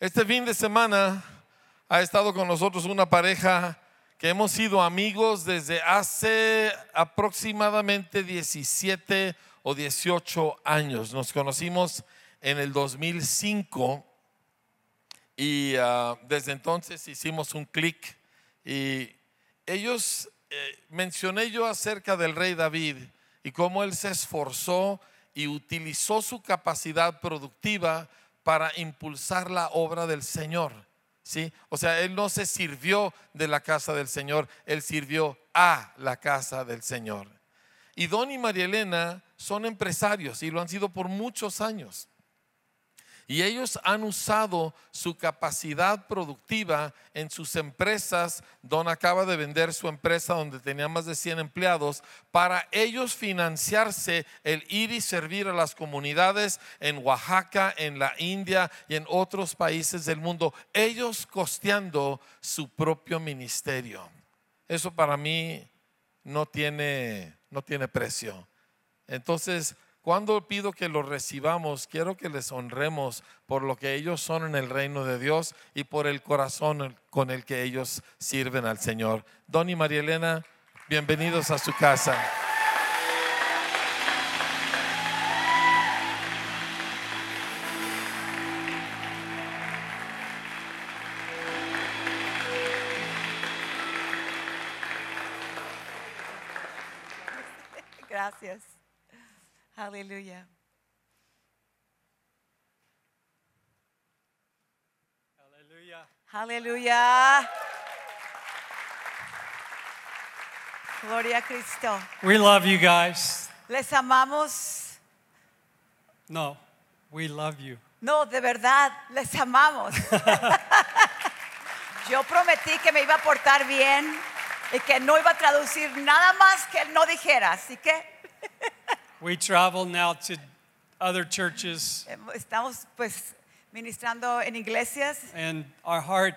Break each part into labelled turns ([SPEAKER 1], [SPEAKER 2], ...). [SPEAKER 1] Este fin de semana ha estado con nosotros una pareja que hemos sido amigos desde hace aproximadamente 17 o 18 años. Nos conocimos en el 2005 y ah, desde entonces hicimos un clic y ellos, eh, mencioné yo acerca del rey David y cómo él se esforzó y utilizó su capacidad productiva para impulsar la obra del Señor. ¿sí? O sea, él no se sirvió de la casa del Señor, él sirvió a la casa del Señor. Y Don y María Elena son empresarios y lo han sido por muchos años. Y ellos han usado su capacidad productiva en sus empresas. Don acaba de vender su empresa donde tenía más de 100 empleados para ellos financiarse el ir y servir a las comunidades en Oaxaca, en la India y en otros países del mundo. Ellos costeando su propio ministerio. Eso para mí no tiene, no tiene precio. Entonces, cuando pido que los recibamos, quiero que les honremos por lo que ellos son en el reino de Dios y por el corazón con el que ellos sirven al Señor. Don y María Elena, bienvenidos a su casa.
[SPEAKER 2] Gracias. Aleluya.
[SPEAKER 3] Aleluya.
[SPEAKER 2] Aleluya. Gloria a Cristo.
[SPEAKER 3] We love you guys.
[SPEAKER 2] Les amamos.
[SPEAKER 3] No, we love you.
[SPEAKER 2] No, de verdad, les amamos. Yo prometí que me iba a portar bien y que no iba a traducir nada más que él no dijera. Así que
[SPEAKER 3] We travel now to other churches,
[SPEAKER 2] eh, estamos pues ministrando en iglesias.
[SPEAKER 3] and our heart,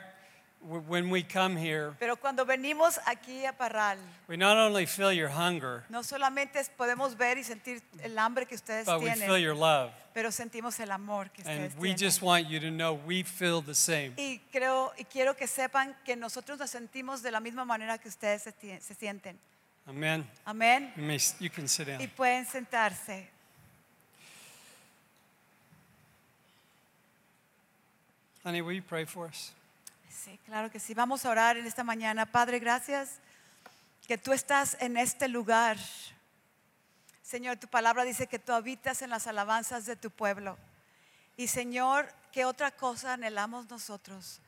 [SPEAKER 3] w- when we come here,
[SPEAKER 2] Pero cuando venimos aquí a Parral,
[SPEAKER 3] we not only feel your hunger,
[SPEAKER 2] no solamente podemos ver y sentir el hambre que ustedes
[SPEAKER 3] but we feel
[SPEAKER 2] tienen,
[SPEAKER 3] your love.
[SPEAKER 2] pero sentimos el amor que
[SPEAKER 3] And
[SPEAKER 2] ustedes
[SPEAKER 3] we
[SPEAKER 2] tienen.
[SPEAKER 3] just want you to know we feel the same.
[SPEAKER 2] Y creo y quiero que sepan que nosotros nos sentimos de la misma manera que ustedes se, ti- se sienten.
[SPEAKER 3] Amen.
[SPEAKER 2] Amén.
[SPEAKER 3] You, may, s- you can sit
[SPEAKER 2] Y
[SPEAKER 3] down.
[SPEAKER 2] pueden sentarse.
[SPEAKER 3] Honey, will you pray for us?
[SPEAKER 2] Sí, claro que sí. Vamos a orar en esta mañana. Padre, gracias que tú estás en este lugar. Señor, tu palabra dice que tú habitas en las alabanzas de tu pueblo. Y Señor, que otra cosa anhelamos nosotros,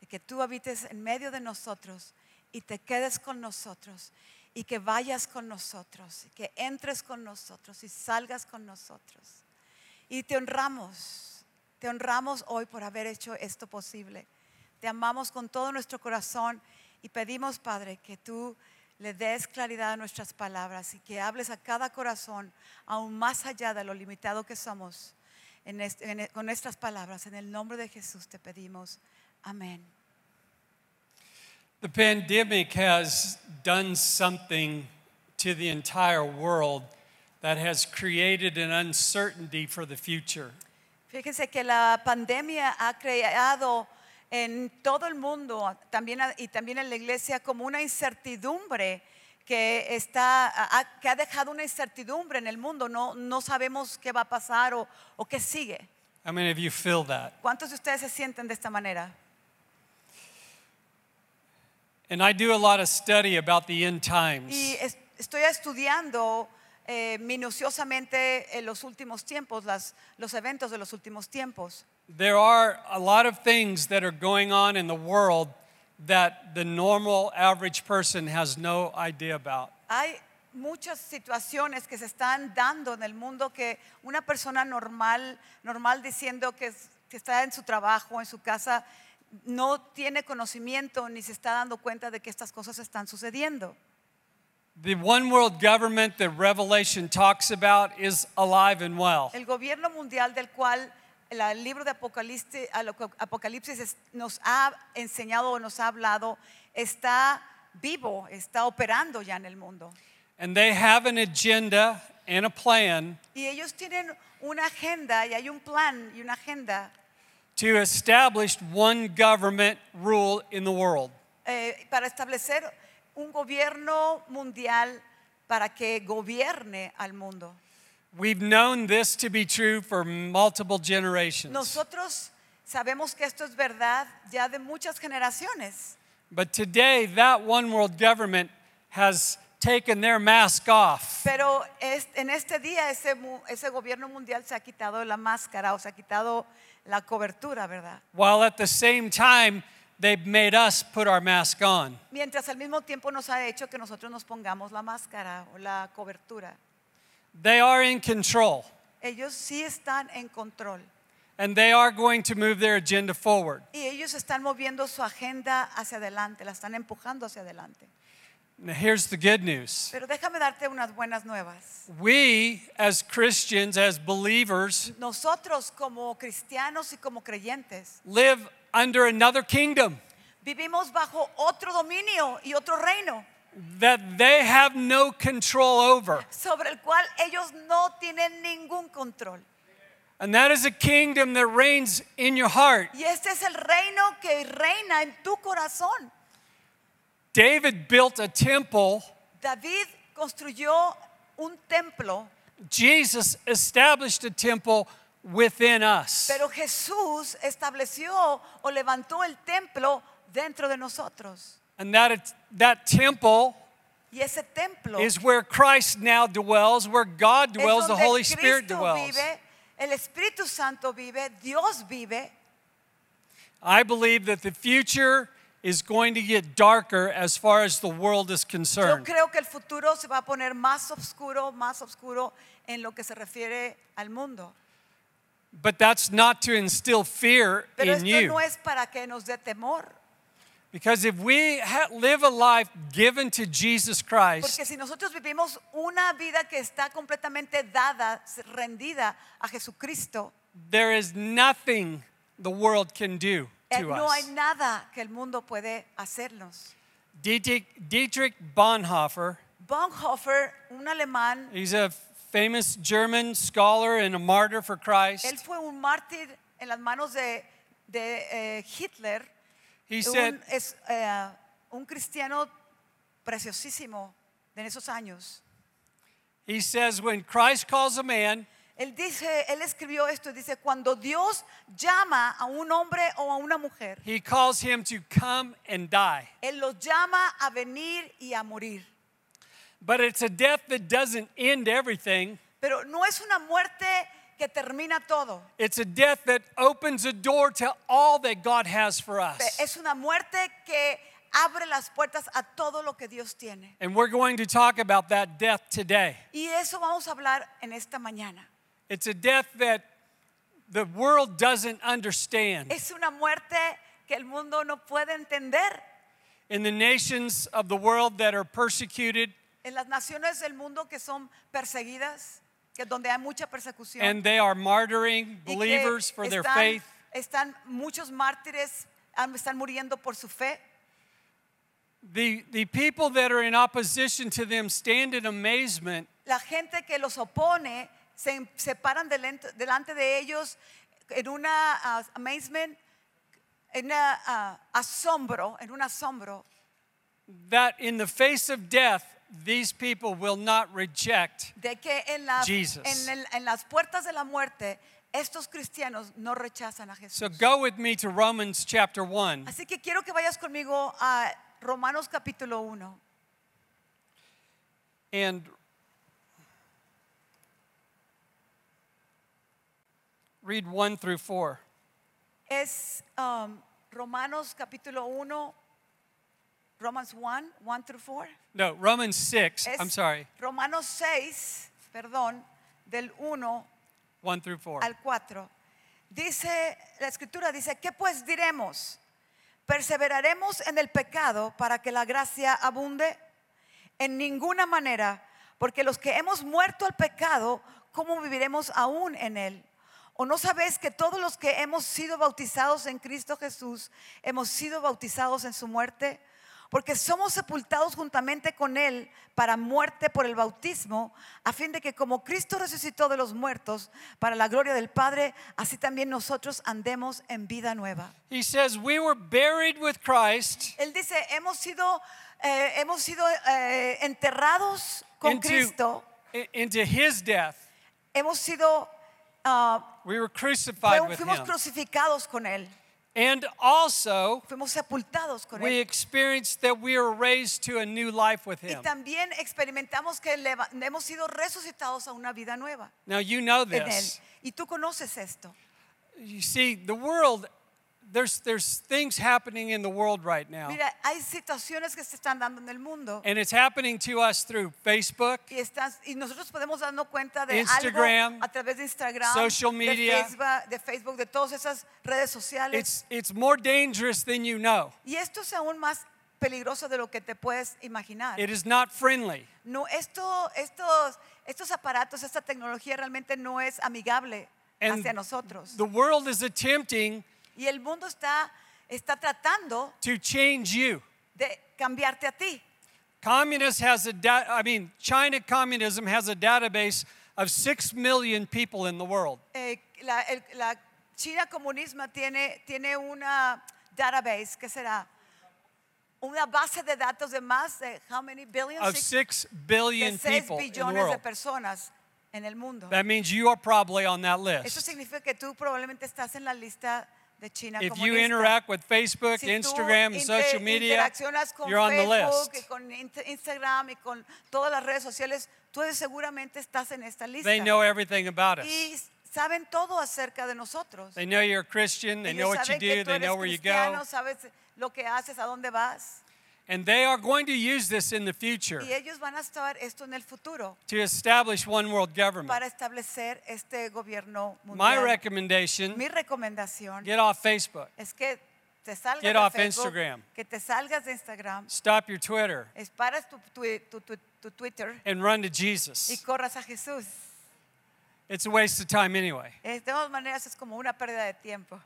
[SPEAKER 2] Y que tú habites en medio de nosotros y te quedes con nosotros y que vayas con nosotros, y que entres con nosotros y salgas con nosotros. Y te honramos, te honramos hoy por haber hecho esto posible. Te amamos con todo nuestro corazón y pedimos, Padre, que tú le des claridad a nuestras palabras y que hables a cada corazón, aún más allá de lo limitado que somos, en este- en- con nuestras palabras. En el nombre de Jesús te pedimos. Amén.
[SPEAKER 3] The pandemic has done something to the entire world that has created an uncertainty for the future.
[SPEAKER 2] Fíjense que la pandemia ha creado en todo el mundo también, y también en la iglesia como una incertidumbre que, está, ha, que ha dejado una incertidumbre en el mundo. No, no sabemos qué va a pasar o, o qué sigue.
[SPEAKER 3] How many of you feel that?
[SPEAKER 2] ¿Cuántos de ustedes se sienten de esta manera?
[SPEAKER 3] And I do a lot of study about the end times.
[SPEAKER 2] Y es- estoy estudiando eh, minuciosamente en los últimos tiempos, las, los eventos de los últimos tiempos.
[SPEAKER 3] There are a lot of things that are going on in the world that the normal average person has no idea about.
[SPEAKER 2] Hay muchas situaciones que se están dando en el mundo que una persona normal, normal diciendo que, es- que está en su trabajo, en su casa, no tiene conocimiento ni se está dando cuenta de que estas cosas están sucediendo.
[SPEAKER 3] The one world government that Revelation talks about is alive and well.
[SPEAKER 2] El gobierno mundial del cual la- el libro de Apocalipsis, Alo- Apocalipsis es- nos ha enseñado o nos ha hablado está vivo, está operando ya en el mundo.
[SPEAKER 3] And they have an agenda and a plan
[SPEAKER 2] Y ellos tienen una agenda y hay un plan y una agenda
[SPEAKER 3] to establish one government rule in the world.
[SPEAKER 2] eh, para establecer un gobierno mundial para que gobierne al mundo.
[SPEAKER 3] We've known this to be true for multiple generations.
[SPEAKER 2] Nosotros sabemos que esto es verdad ya de muchas generaciones,
[SPEAKER 3] But today, that one world government has taken their mask off.
[SPEAKER 2] pero es- en este día ese, mu- ese gobierno mundial se ha quitado la máscara o se ha quitado la cobertura, ¿verdad?
[SPEAKER 3] While at the same time, they've made us put our mask on.
[SPEAKER 2] Mientras al mismo tiempo nos ha hecho que nosotros nos pongamos la máscara o la cobertura.
[SPEAKER 3] They are in control,
[SPEAKER 2] Ellos sí están en control
[SPEAKER 3] and they are going to move their agenda forward.
[SPEAKER 2] y ellos están moviendo su agenda hacia adelante, la están empujando hacia adelante.
[SPEAKER 3] Now, here's the good news
[SPEAKER 2] Pero déjame darte unas buenas nuevas.
[SPEAKER 3] we, as Christians, as believers,
[SPEAKER 2] Nosotros como cristianos y como creyentes
[SPEAKER 3] live under another kingdom
[SPEAKER 2] vivimos bajo otro dominio y otro reino
[SPEAKER 3] that they have no control over.
[SPEAKER 2] sobre el cual ellos no tienen ningún control.
[SPEAKER 3] And that is a kingdom that reigns in your heart.
[SPEAKER 2] Y este es el reino que reina en tu corazón.
[SPEAKER 3] David built a temple.
[SPEAKER 2] David construyó un templo,
[SPEAKER 3] Jesus established a temple within us.
[SPEAKER 2] pero Jesús estableció o levantó el templo dentro de nosotros.
[SPEAKER 3] And that, that temple
[SPEAKER 2] Y ese templo
[SPEAKER 3] is where Christ now dwells, where God
[SPEAKER 2] es
[SPEAKER 3] dwells, the
[SPEAKER 2] donde
[SPEAKER 3] Holy
[SPEAKER 2] Cristo
[SPEAKER 3] Spirit dwells.
[SPEAKER 2] vive, el Espíritu Santo vive, Dios vive.
[SPEAKER 3] I believe that the future is going to get darker as far as the world is
[SPEAKER 2] Yo
[SPEAKER 3] concerned.
[SPEAKER 2] creo que el futuro se va a poner más oscuro, más oscuro en lo que se refiere al mundo.
[SPEAKER 3] But that's not to instill fear
[SPEAKER 2] Pero
[SPEAKER 3] in
[SPEAKER 2] esto
[SPEAKER 3] you.
[SPEAKER 2] no es para que nos dé temor,
[SPEAKER 3] Because if we ha- live a life given to Jesus Christ,
[SPEAKER 2] porque si nosotros vivimos una vida que está completamente dada, rendida a Jesucristo,
[SPEAKER 3] there is nothing the world can do
[SPEAKER 2] eh,
[SPEAKER 3] to
[SPEAKER 2] no hay
[SPEAKER 3] us.
[SPEAKER 2] nada que el mundo puede hacernos.
[SPEAKER 3] Dietrich, Dietrich Bonhoeffer,
[SPEAKER 2] Bonhoeffer, un alemán,
[SPEAKER 3] he's a famous German scholar and a martyr for
[SPEAKER 2] él
[SPEAKER 3] Christ.
[SPEAKER 2] fue un mártir en las manos de, de, eh, Hitler,
[SPEAKER 3] He said,
[SPEAKER 2] un, es, eh, un cristiano preciosísimo de esos años.
[SPEAKER 3] he says, when Christ calls a man,
[SPEAKER 2] Él dice, él escribió esto, dice, cuando Dios llama a un hombre o a una mujer,
[SPEAKER 3] he calls him to come and die.
[SPEAKER 2] él los llama a venir y a morir.
[SPEAKER 3] But it's a death that doesn't end everything.
[SPEAKER 2] Pero no es una muerte que termina todo.
[SPEAKER 3] It's a death that opens a door to all that God has for us.
[SPEAKER 2] Es una muerte que abre las puertas a todo lo que Dios tiene.
[SPEAKER 3] And we're going to talk about that death today.
[SPEAKER 2] Y eso vamos a hablar en esta mañana.
[SPEAKER 3] It's a death that the world doesn't understand.
[SPEAKER 2] Es una muerte que el mundo no puede entender.
[SPEAKER 3] In the nations of the world that are persecuted
[SPEAKER 2] En las naciones del mundo que son perseguidas, que es donde hay mucha persecución.
[SPEAKER 3] and they are martyring
[SPEAKER 2] y que
[SPEAKER 3] believers for their
[SPEAKER 2] están-
[SPEAKER 3] faith,
[SPEAKER 2] Están muchos mártires, am- están muriendo por su fe.
[SPEAKER 3] the, the people that are in opposition to them stand in amazement
[SPEAKER 2] La gente que los opone se, se paran delante, delante de ellos en una ah, amazement, en una, ah, asombro, en un asombro.
[SPEAKER 3] that in the face of death, these people will not reject
[SPEAKER 2] De que en las,
[SPEAKER 3] Jesus.
[SPEAKER 2] en el- en las puertas de la muerte, estos cristianos no rechazan a Jesús.
[SPEAKER 3] So go with me to Romans chapter 1.
[SPEAKER 2] Así que quiero que vayas conmigo a Romanos capítulo 1.
[SPEAKER 3] And read 1 through 4.
[SPEAKER 2] es um, Romanos capítulo 1, Romans 1, 1 through 4.
[SPEAKER 3] No, Romans 6.
[SPEAKER 2] Es
[SPEAKER 3] I'm sorry.
[SPEAKER 2] Romanos 6, perdón, del 1
[SPEAKER 3] 1 through 4.
[SPEAKER 2] al 4. Dice, la escritura dice, ¿qué pues diremos? ¿Perseveraremos en el pecado para que la gracia abunde? En ninguna manera, porque los que hemos muerto al pecado, ¿cómo viviremos aún en él? ¿O no sabéis que todos los que hemos sido bautizados en Cristo Jesús, hemos sido bautizados en su muerte? Porque somos sepultados juntamente con Él para muerte por el bautismo, a fin de que como Cristo resucitó de los muertos para la gloria del Padre, así también nosotros andemos en vida nueva.
[SPEAKER 3] He says, We were buried with Christ
[SPEAKER 2] Él dice, hemos sido, eh, hemos sido eh, enterrados con
[SPEAKER 3] into,
[SPEAKER 2] Cristo,
[SPEAKER 3] i- into his death.
[SPEAKER 2] hemos sido, ah,
[SPEAKER 3] We were crucified
[SPEAKER 2] fueron-
[SPEAKER 3] with
[SPEAKER 2] fuimos
[SPEAKER 3] him.
[SPEAKER 2] crucificados con Él,
[SPEAKER 3] And also,
[SPEAKER 2] fuimos sepultados con
[SPEAKER 3] we
[SPEAKER 2] Él.
[SPEAKER 3] experienced that we are raised to a new life with
[SPEAKER 2] Y
[SPEAKER 3] him.
[SPEAKER 2] también experimentamos que leva- hemos sido resucitados a una vida nueva
[SPEAKER 3] Now, you know
[SPEAKER 2] en Él.
[SPEAKER 3] this.
[SPEAKER 2] Y tú conoces esto.
[SPEAKER 3] You see, the world, there's, there's things happening in the world right now.
[SPEAKER 2] Mira, hay situaciones que se están dando en el mundo
[SPEAKER 3] And it's happening to us through Facebook,
[SPEAKER 2] y, estás- y nosotros podemos darnos cuenta de
[SPEAKER 3] Instagram,
[SPEAKER 2] algo a través de Instagram,
[SPEAKER 3] social media.
[SPEAKER 2] de, Facebook, de Facebook, de todas esas redes sociales.
[SPEAKER 3] It's, it's more dangerous than you know.
[SPEAKER 2] y esto es aún más peligroso de lo que te puedes imaginar.
[SPEAKER 3] It is not friendly.
[SPEAKER 2] no, esto, estos, estos aparatos, esta tecnología realmente no es amigable
[SPEAKER 3] And
[SPEAKER 2] hacia nosotros.
[SPEAKER 3] The world is attempting
[SPEAKER 2] y el mundo está, está tratando
[SPEAKER 3] to change you.
[SPEAKER 2] de cambiarte a ti.
[SPEAKER 3] Communist has a da- I mean, China communism has a database of 6 million people in the world.
[SPEAKER 2] Eh, la, el- la China comunismo tiene, tiene una database, ¿qué será? Una base de datos de más de how many billions?
[SPEAKER 3] Of
[SPEAKER 2] Six-
[SPEAKER 3] 6
[SPEAKER 2] de
[SPEAKER 3] billion
[SPEAKER 2] 6
[SPEAKER 3] people in the
[SPEAKER 2] billones de
[SPEAKER 3] world.
[SPEAKER 2] personas en el mundo.
[SPEAKER 3] That means you are probably on that
[SPEAKER 2] Eso
[SPEAKER 3] list.
[SPEAKER 2] significa que tú probablemente estás en la lista de China
[SPEAKER 3] If you
[SPEAKER 2] comunista.
[SPEAKER 3] interact with Facebook,
[SPEAKER 2] si tú
[SPEAKER 3] Instagram, and
[SPEAKER 2] inter-
[SPEAKER 3] social media,
[SPEAKER 2] interaccionas con
[SPEAKER 3] you're on the
[SPEAKER 2] Facebook y
[SPEAKER 3] list.
[SPEAKER 2] con Inst- Instagram y con todas las redes sociales, tú seguramente estás en esta lista.
[SPEAKER 3] They know everything about us.
[SPEAKER 2] y saben todo acerca de nosotros.
[SPEAKER 3] They know you're a Christian, they know
[SPEAKER 2] Ellos
[SPEAKER 3] what you
[SPEAKER 2] saben que
[SPEAKER 3] do,
[SPEAKER 2] tú
[SPEAKER 3] they know
[SPEAKER 2] eres
[SPEAKER 3] where you
[SPEAKER 2] cristiano,
[SPEAKER 3] go.
[SPEAKER 2] sabes lo que haces, a dónde vas.
[SPEAKER 3] And they are going to use this in the future
[SPEAKER 2] Y ellos van a estar esto en el futuro
[SPEAKER 3] to establish one world government.
[SPEAKER 2] para establecer este gobierno
[SPEAKER 3] My
[SPEAKER 2] mundial.
[SPEAKER 3] recommendation
[SPEAKER 2] Mi recomendación
[SPEAKER 3] get off Facebook,
[SPEAKER 2] es que te salgas
[SPEAKER 3] Get
[SPEAKER 2] de
[SPEAKER 3] off
[SPEAKER 2] Facebook,
[SPEAKER 3] Instagram.
[SPEAKER 2] que te salgas de Instagram,
[SPEAKER 3] stop your Twitter,
[SPEAKER 2] es paras tu, tu- tu- tu- tu Twitter
[SPEAKER 3] and run to
[SPEAKER 2] y
[SPEAKER 3] Jesus.
[SPEAKER 2] corras a Jesús.
[SPEAKER 3] It's a waste of time anyway.
[SPEAKER 2] Eh, De todas maneras es como una pérdida de tiempo.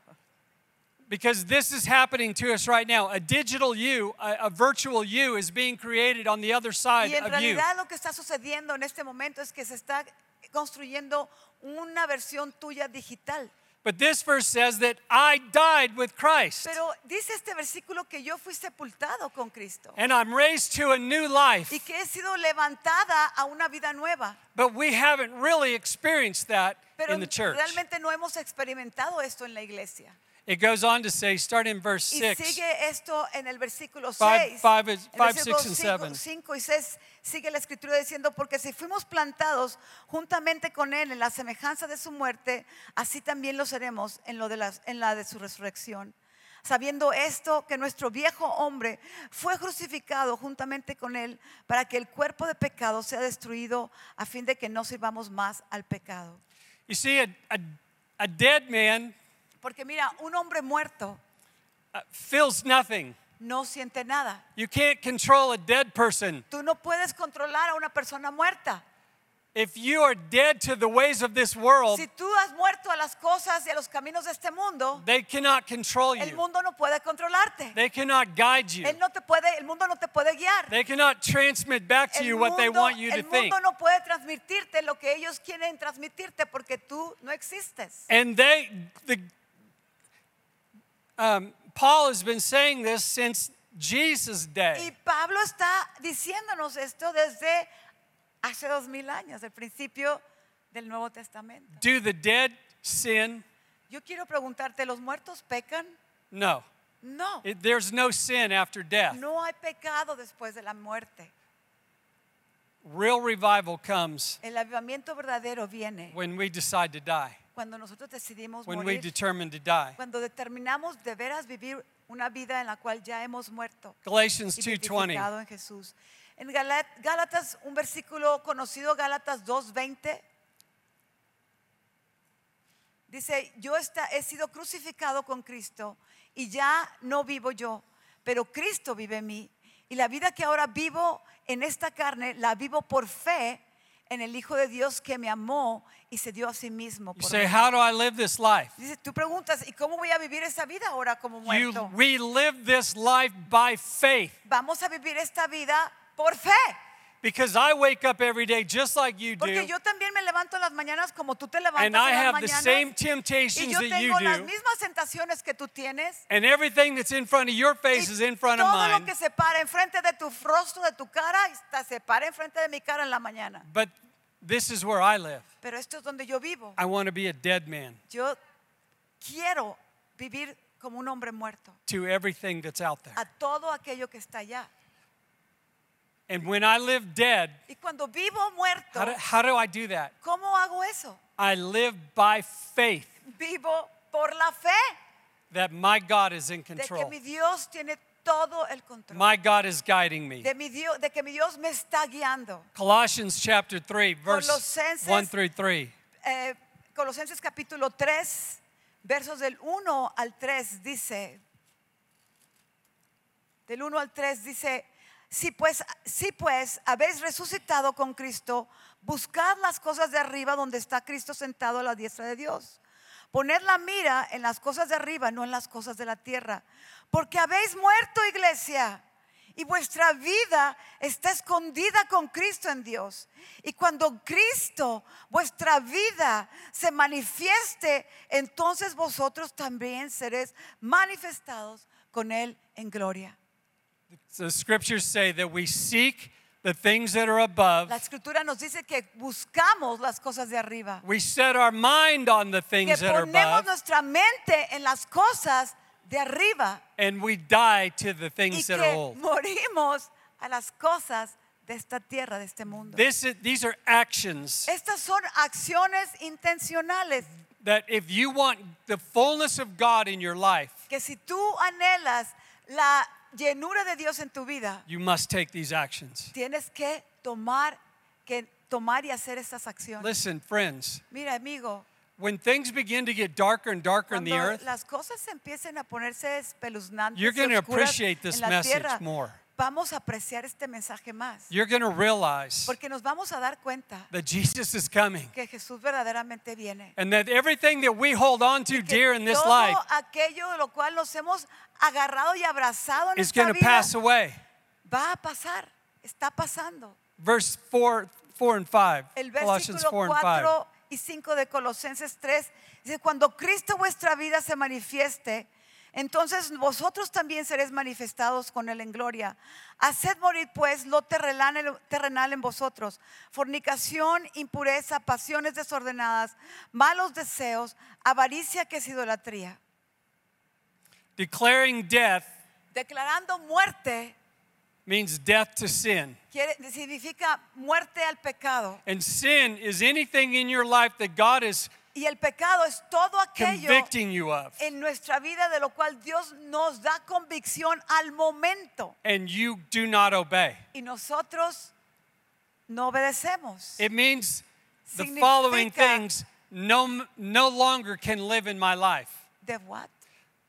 [SPEAKER 3] Because this is happening to us right now. A digital you, a, a virtual you, is being created on the other side
[SPEAKER 2] Y en
[SPEAKER 3] of you.
[SPEAKER 2] realidad lo que está sucediendo en este momento es que se está construyendo una versión tuya digital.
[SPEAKER 3] But this verse says that I died with Christ
[SPEAKER 2] Pero dice este versículo que yo fui sepultado con Cristo
[SPEAKER 3] and I'm raised to a new life.
[SPEAKER 2] y que he sido levantada a una vida nueva.
[SPEAKER 3] But we haven't really experienced that
[SPEAKER 2] Pero
[SPEAKER 3] in the church.
[SPEAKER 2] realmente no hemos experimentado esto en la iglesia.
[SPEAKER 3] It goes on to say, start in verse
[SPEAKER 2] Y
[SPEAKER 3] 6.
[SPEAKER 2] sigue esto en el versículo
[SPEAKER 3] Five-
[SPEAKER 2] 6.
[SPEAKER 3] five is-
[SPEAKER 2] El
[SPEAKER 3] five,
[SPEAKER 2] versículo
[SPEAKER 3] six and
[SPEAKER 2] cinco-
[SPEAKER 3] seven.
[SPEAKER 2] cinco y 6 sigue la escritura diciendo, porque si fuimos plantados juntamente con Él en la semejanza de su muerte, así también lo seremos en, lo de las- en la de su resurrección. Sabiendo esto, que nuestro viejo hombre fue crucificado juntamente con Él para que el cuerpo de pecado sea destruido a fin de que no sirvamos más al pecado.
[SPEAKER 3] You see, a, a, a dead man
[SPEAKER 2] Porque mira, un hombre muerto
[SPEAKER 3] uh, feels nothing.
[SPEAKER 2] no siente nada.
[SPEAKER 3] You can't control a dead person.
[SPEAKER 2] Tú no puedes controlar a una persona muerta.
[SPEAKER 3] If you are dead to the ways of this world,
[SPEAKER 2] Si tú has muerto a las cosas y a los caminos de este mundo,
[SPEAKER 3] they cannot control
[SPEAKER 2] el
[SPEAKER 3] you.
[SPEAKER 2] mundo no puede controlarte.
[SPEAKER 3] They cannot guide you.
[SPEAKER 2] Él no te puede, el mundo no te puede guiar.
[SPEAKER 3] They cannot transmit back to
[SPEAKER 2] El
[SPEAKER 3] you what they
[SPEAKER 2] mundo,
[SPEAKER 3] want you to
[SPEAKER 2] el
[SPEAKER 3] think.
[SPEAKER 2] mundo no puede transmitirte lo que ellos quieren transmitirte porque tú no existes.
[SPEAKER 3] And they, the, um, Paul has been saying this since Jesus'
[SPEAKER 2] Y
[SPEAKER 3] day.
[SPEAKER 2] Pablo está diciéndonos esto desde hace dos mil años, el principio del Nuevo Testamento.
[SPEAKER 3] Do the dead sin?
[SPEAKER 2] Yo quiero preguntarte, ¿los muertos pecan?
[SPEAKER 3] No.
[SPEAKER 2] No,
[SPEAKER 3] It- there's no sin after death.
[SPEAKER 2] no hay pecado después de la muerte.
[SPEAKER 3] Real revival comes
[SPEAKER 2] El avivamiento verdadero viene
[SPEAKER 3] when we decide to die,
[SPEAKER 2] cuando nosotros decidimos
[SPEAKER 3] when we
[SPEAKER 2] morir,
[SPEAKER 3] determine to die.
[SPEAKER 2] cuando determinamos de veras vivir una vida en la cual ya hemos muerto,
[SPEAKER 3] Galatians 2:20.
[SPEAKER 2] identificado en Jesús. En Gala- Gálatas, un versículo conocido, Gálatas 2:20, dice: Yo está, he sido crucificado con Cristo y ya no vivo yo, pero Cristo vive en mí. Y la vida que ahora vivo en esta carne la vivo por fe en el Hijo de Dios que me amó y se dio a sí mismo.
[SPEAKER 3] You
[SPEAKER 2] por
[SPEAKER 3] say,
[SPEAKER 2] mí.
[SPEAKER 3] How do I live this life?
[SPEAKER 2] Dice, tú preguntas, ¿y cómo voy a vivir esa vida ahora como
[SPEAKER 3] You,
[SPEAKER 2] muerto?
[SPEAKER 3] we live this life by faith
[SPEAKER 2] Vamos a vivir esta vida por fe.
[SPEAKER 3] because I wake up every day just like you
[SPEAKER 2] Porque
[SPEAKER 3] do,
[SPEAKER 2] yo también me levanto en las mañanas como tú te levantas
[SPEAKER 3] and I
[SPEAKER 2] en las
[SPEAKER 3] have the
[SPEAKER 2] mañanas.
[SPEAKER 3] same
[SPEAKER 2] y
[SPEAKER 3] temptations
[SPEAKER 2] yo
[SPEAKER 3] that you
[SPEAKER 2] tengo las
[SPEAKER 3] do,
[SPEAKER 2] mismas tentaciones que tú tienes.
[SPEAKER 3] and everything that's in front of your face
[SPEAKER 2] Y
[SPEAKER 3] is in front of
[SPEAKER 2] todo lo
[SPEAKER 3] mine.
[SPEAKER 2] que se para enfrente de tu rostro, de tu cara, está- se para enfrente de mi cara en la mañana.
[SPEAKER 3] But this is where I live.
[SPEAKER 2] Pero esto es donde yo vivo.
[SPEAKER 3] I want to be a dead man
[SPEAKER 2] Yo quiero vivir como un hombre muerto
[SPEAKER 3] to everything that's out there.
[SPEAKER 2] a todo aquello que está allá.
[SPEAKER 3] And when I live dead,
[SPEAKER 2] Y cuando vivo muerto,
[SPEAKER 3] how do, how do I do that?
[SPEAKER 2] ¿cómo hago eso?
[SPEAKER 3] I live by faith
[SPEAKER 2] Vivo por la fe
[SPEAKER 3] that my God is in
[SPEAKER 2] de que
[SPEAKER 3] control.
[SPEAKER 2] mi Dios tiene todo el control.
[SPEAKER 3] My God is guiding me.
[SPEAKER 2] De, mi Dios, de que mi Dios me está guiando.
[SPEAKER 3] Colossians chapter 3, verse
[SPEAKER 2] Colosenses-
[SPEAKER 3] 1 through 3.
[SPEAKER 2] Eh, Colosenses capítulo 3, versos del 1 al 3 dice, del 1 al 3 dice, si pues, si pues habéis resucitado con Cristo, buscad las cosas de arriba donde está Cristo sentado a la diestra de Dios. Poned la mira en las cosas de arriba, no en las cosas de la tierra. Porque habéis muerto, iglesia, y vuestra vida está escondida con Cristo en Dios. Y cuando Cristo, vuestra vida, se manifieste, entonces vosotros también seréis manifestados con Él en gloria.
[SPEAKER 3] The scriptures say that we seek the things that are above.
[SPEAKER 2] La escritura nos dice que buscamos las cosas de arriba,
[SPEAKER 3] We set our mind on the
[SPEAKER 2] que
[SPEAKER 3] things that are
[SPEAKER 2] ponemos
[SPEAKER 3] above,
[SPEAKER 2] nuestra mente en las cosas de arriba
[SPEAKER 3] and we die to the
[SPEAKER 2] y
[SPEAKER 3] things that are
[SPEAKER 2] que
[SPEAKER 3] old.
[SPEAKER 2] morimos a las cosas de esta tierra, de este mundo.
[SPEAKER 3] This is, these are actions
[SPEAKER 2] Estas son acciones intencionales
[SPEAKER 3] that if you want the fullness of God in your life,
[SPEAKER 2] que si tú anhelas la llenura de Dios en tu vida,
[SPEAKER 3] you must take these actions.
[SPEAKER 2] tienes que tomar que tomar y hacer estas acciones.
[SPEAKER 3] Listen, friends,
[SPEAKER 2] Mira, amigo,
[SPEAKER 3] when things begin to get darker and darker in the
[SPEAKER 2] cuando
[SPEAKER 3] earth,
[SPEAKER 2] las cosas empiecen a ponerse espeluznantes,
[SPEAKER 3] You're
[SPEAKER 2] y
[SPEAKER 3] gonna
[SPEAKER 2] oscuras
[SPEAKER 3] appreciate this
[SPEAKER 2] en la
[SPEAKER 3] message
[SPEAKER 2] tierra,
[SPEAKER 3] more.
[SPEAKER 2] vamos a apreciar este mensaje más,
[SPEAKER 3] you're going to realize
[SPEAKER 2] porque nos vamos a dar cuenta
[SPEAKER 3] that Jesus is coming
[SPEAKER 2] que Jesús verdaderamente viene.
[SPEAKER 3] and that everything that we hold on to
[SPEAKER 2] que
[SPEAKER 3] dear in this
[SPEAKER 2] todo
[SPEAKER 3] life
[SPEAKER 2] aquello de lo cual nos hemos agarrado y abrazado en
[SPEAKER 3] is
[SPEAKER 2] esta
[SPEAKER 3] going to
[SPEAKER 2] vida
[SPEAKER 3] pass away.
[SPEAKER 2] va a pasar, está pasando.
[SPEAKER 3] Verse 4, 4 and 5.
[SPEAKER 2] El
[SPEAKER 3] Colossians
[SPEAKER 2] versículo
[SPEAKER 3] 4 and 5.
[SPEAKER 2] 4 y 5 de Colosenses 3 dice, cuando Cristo vuestra vida se manifieste, entonces vosotros también seréis manifestados con Él en gloria. Haced morir pues lo terrenal en, terrenal en vosotros, fornicación, impureza, pasiones desordenadas, malos deseos, avaricia que es idolatría.
[SPEAKER 3] Declaring death
[SPEAKER 2] Declarando muerte
[SPEAKER 3] means death to sin.
[SPEAKER 2] quiere- significa muerte al pecado.
[SPEAKER 3] And sin is anything in your life that God is
[SPEAKER 2] Y el pecado es todo aquello
[SPEAKER 3] convicting you of.
[SPEAKER 2] en nuestra vida de lo cual Dios nos da convicción al momento
[SPEAKER 3] and you do not obey.
[SPEAKER 2] y nosotros no obedecemos.
[SPEAKER 3] It means the
[SPEAKER 2] Significa-
[SPEAKER 3] following things no, no longer can live in my life.
[SPEAKER 2] ¿De what?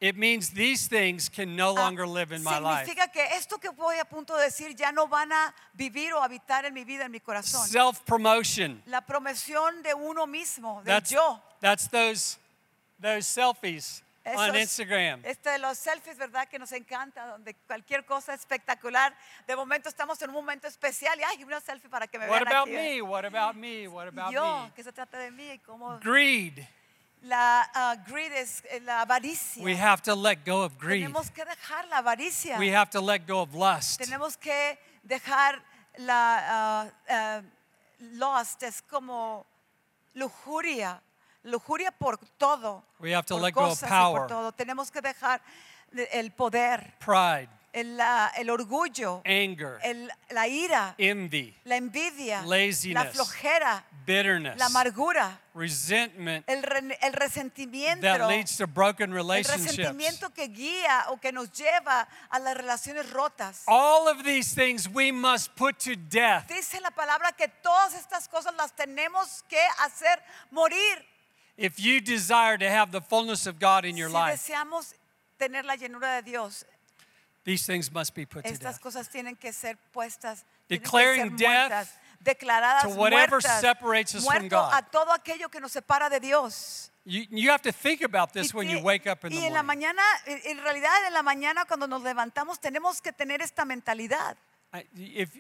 [SPEAKER 3] It means these things can no
[SPEAKER 2] Ah,
[SPEAKER 3] longer live in my life.
[SPEAKER 2] significa que esto que voy a punto de decir ya no van a vivir o habitar en mi vida, en mi corazón.
[SPEAKER 3] Self promotion.
[SPEAKER 2] La promesión de uno mismo, de
[SPEAKER 3] That's,
[SPEAKER 2] yo.
[SPEAKER 3] that's those, those selfies on
[SPEAKER 2] Esos-
[SPEAKER 3] Instagram.
[SPEAKER 2] Este de los selfies, ¿verdad? Que nos encanta, donde cualquier cosa espectacular. De momento estamos en un momento especial y ay, una selfie para que me
[SPEAKER 3] What
[SPEAKER 2] vean
[SPEAKER 3] about
[SPEAKER 2] aquí. ¿eh?
[SPEAKER 3] me? What about me? What about
[SPEAKER 2] yo,
[SPEAKER 3] me?
[SPEAKER 2] que se trata de mí y cómo
[SPEAKER 3] Greed.
[SPEAKER 2] La ah, greed es eh, la avaricia.
[SPEAKER 3] We have to let go of greed.
[SPEAKER 2] Tenemos que dejar la avaricia.
[SPEAKER 3] We have to let go of lust.
[SPEAKER 2] Tenemos que dejar la ah, ah, lust, es como lujuria. Lujuria por todo.
[SPEAKER 3] We have to
[SPEAKER 2] por
[SPEAKER 3] let go of
[SPEAKER 2] cosas y por
[SPEAKER 3] power.
[SPEAKER 2] todo. Tenemos que dejar de- el poder,
[SPEAKER 3] Pride,
[SPEAKER 2] el, ah, el orgullo,
[SPEAKER 3] anger,
[SPEAKER 2] el- la ira,
[SPEAKER 3] envy,
[SPEAKER 2] la envidia, la
[SPEAKER 3] laziness,
[SPEAKER 2] flojera,
[SPEAKER 3] bitterness,
[SPEAKER 2] la amargura,
[SPEAKER 3] resentment
[SPEAKER 2] el, ren- el resentimiento.
[SPEAKER 3] that leads to broken
[SPEAKER 2] El
[SPEAKER 3] relationships.
[SPEAKER 2] resentimiento que guía o que nos lleva a las relaciones rotas.
[SPEAKER 3] All of these things we must put to death.
[SPEAKER 2] Dice la palabra que todas estas cosas las tenemos que hacer morir
[SPEAKER 3] If you desire to have the fullness of God in your
[SPEAKER 2] si
[SPEAKER 3] life,
[SPEAKER 2] deseamos tener la llenura de Dios.
[SPEAKER 3] these things must be put to
[SPEAKER 2] Estas
[SPEAKER 3] death.
[SPEAKER 2] cosas tienen que ser puestas, tienen que ser
[SPEAKER 3] Declaring death
[SPEAKER 2] muertas. declaradas
[SPEAKER 3] To whatever
[SPEAKER 2] muertas,
[SPEAKER 3] separates us from
[SPEAKER 2] muerto
[SPEAKER 3] God.
[SPEAKER 2] a todo aquello que nos separa de Dios.
[SPEAKER 3] You, you have to think about
[SPEAKER 2] Y
[SPEAKER 3] this when
[SPEAKER 2] ti-
[SPEAKER 3] you wake up in
[SPEAKER 2] y
[SPEAKER 3] the
[SPEAKER 2] en la
[SPEAKER 3] morning.
[SPEAKER 2] mañana, en en realidad en la mañana cuando nos levantamos tenemos que tener esta mentalidad
[SPEAKER 3] I- If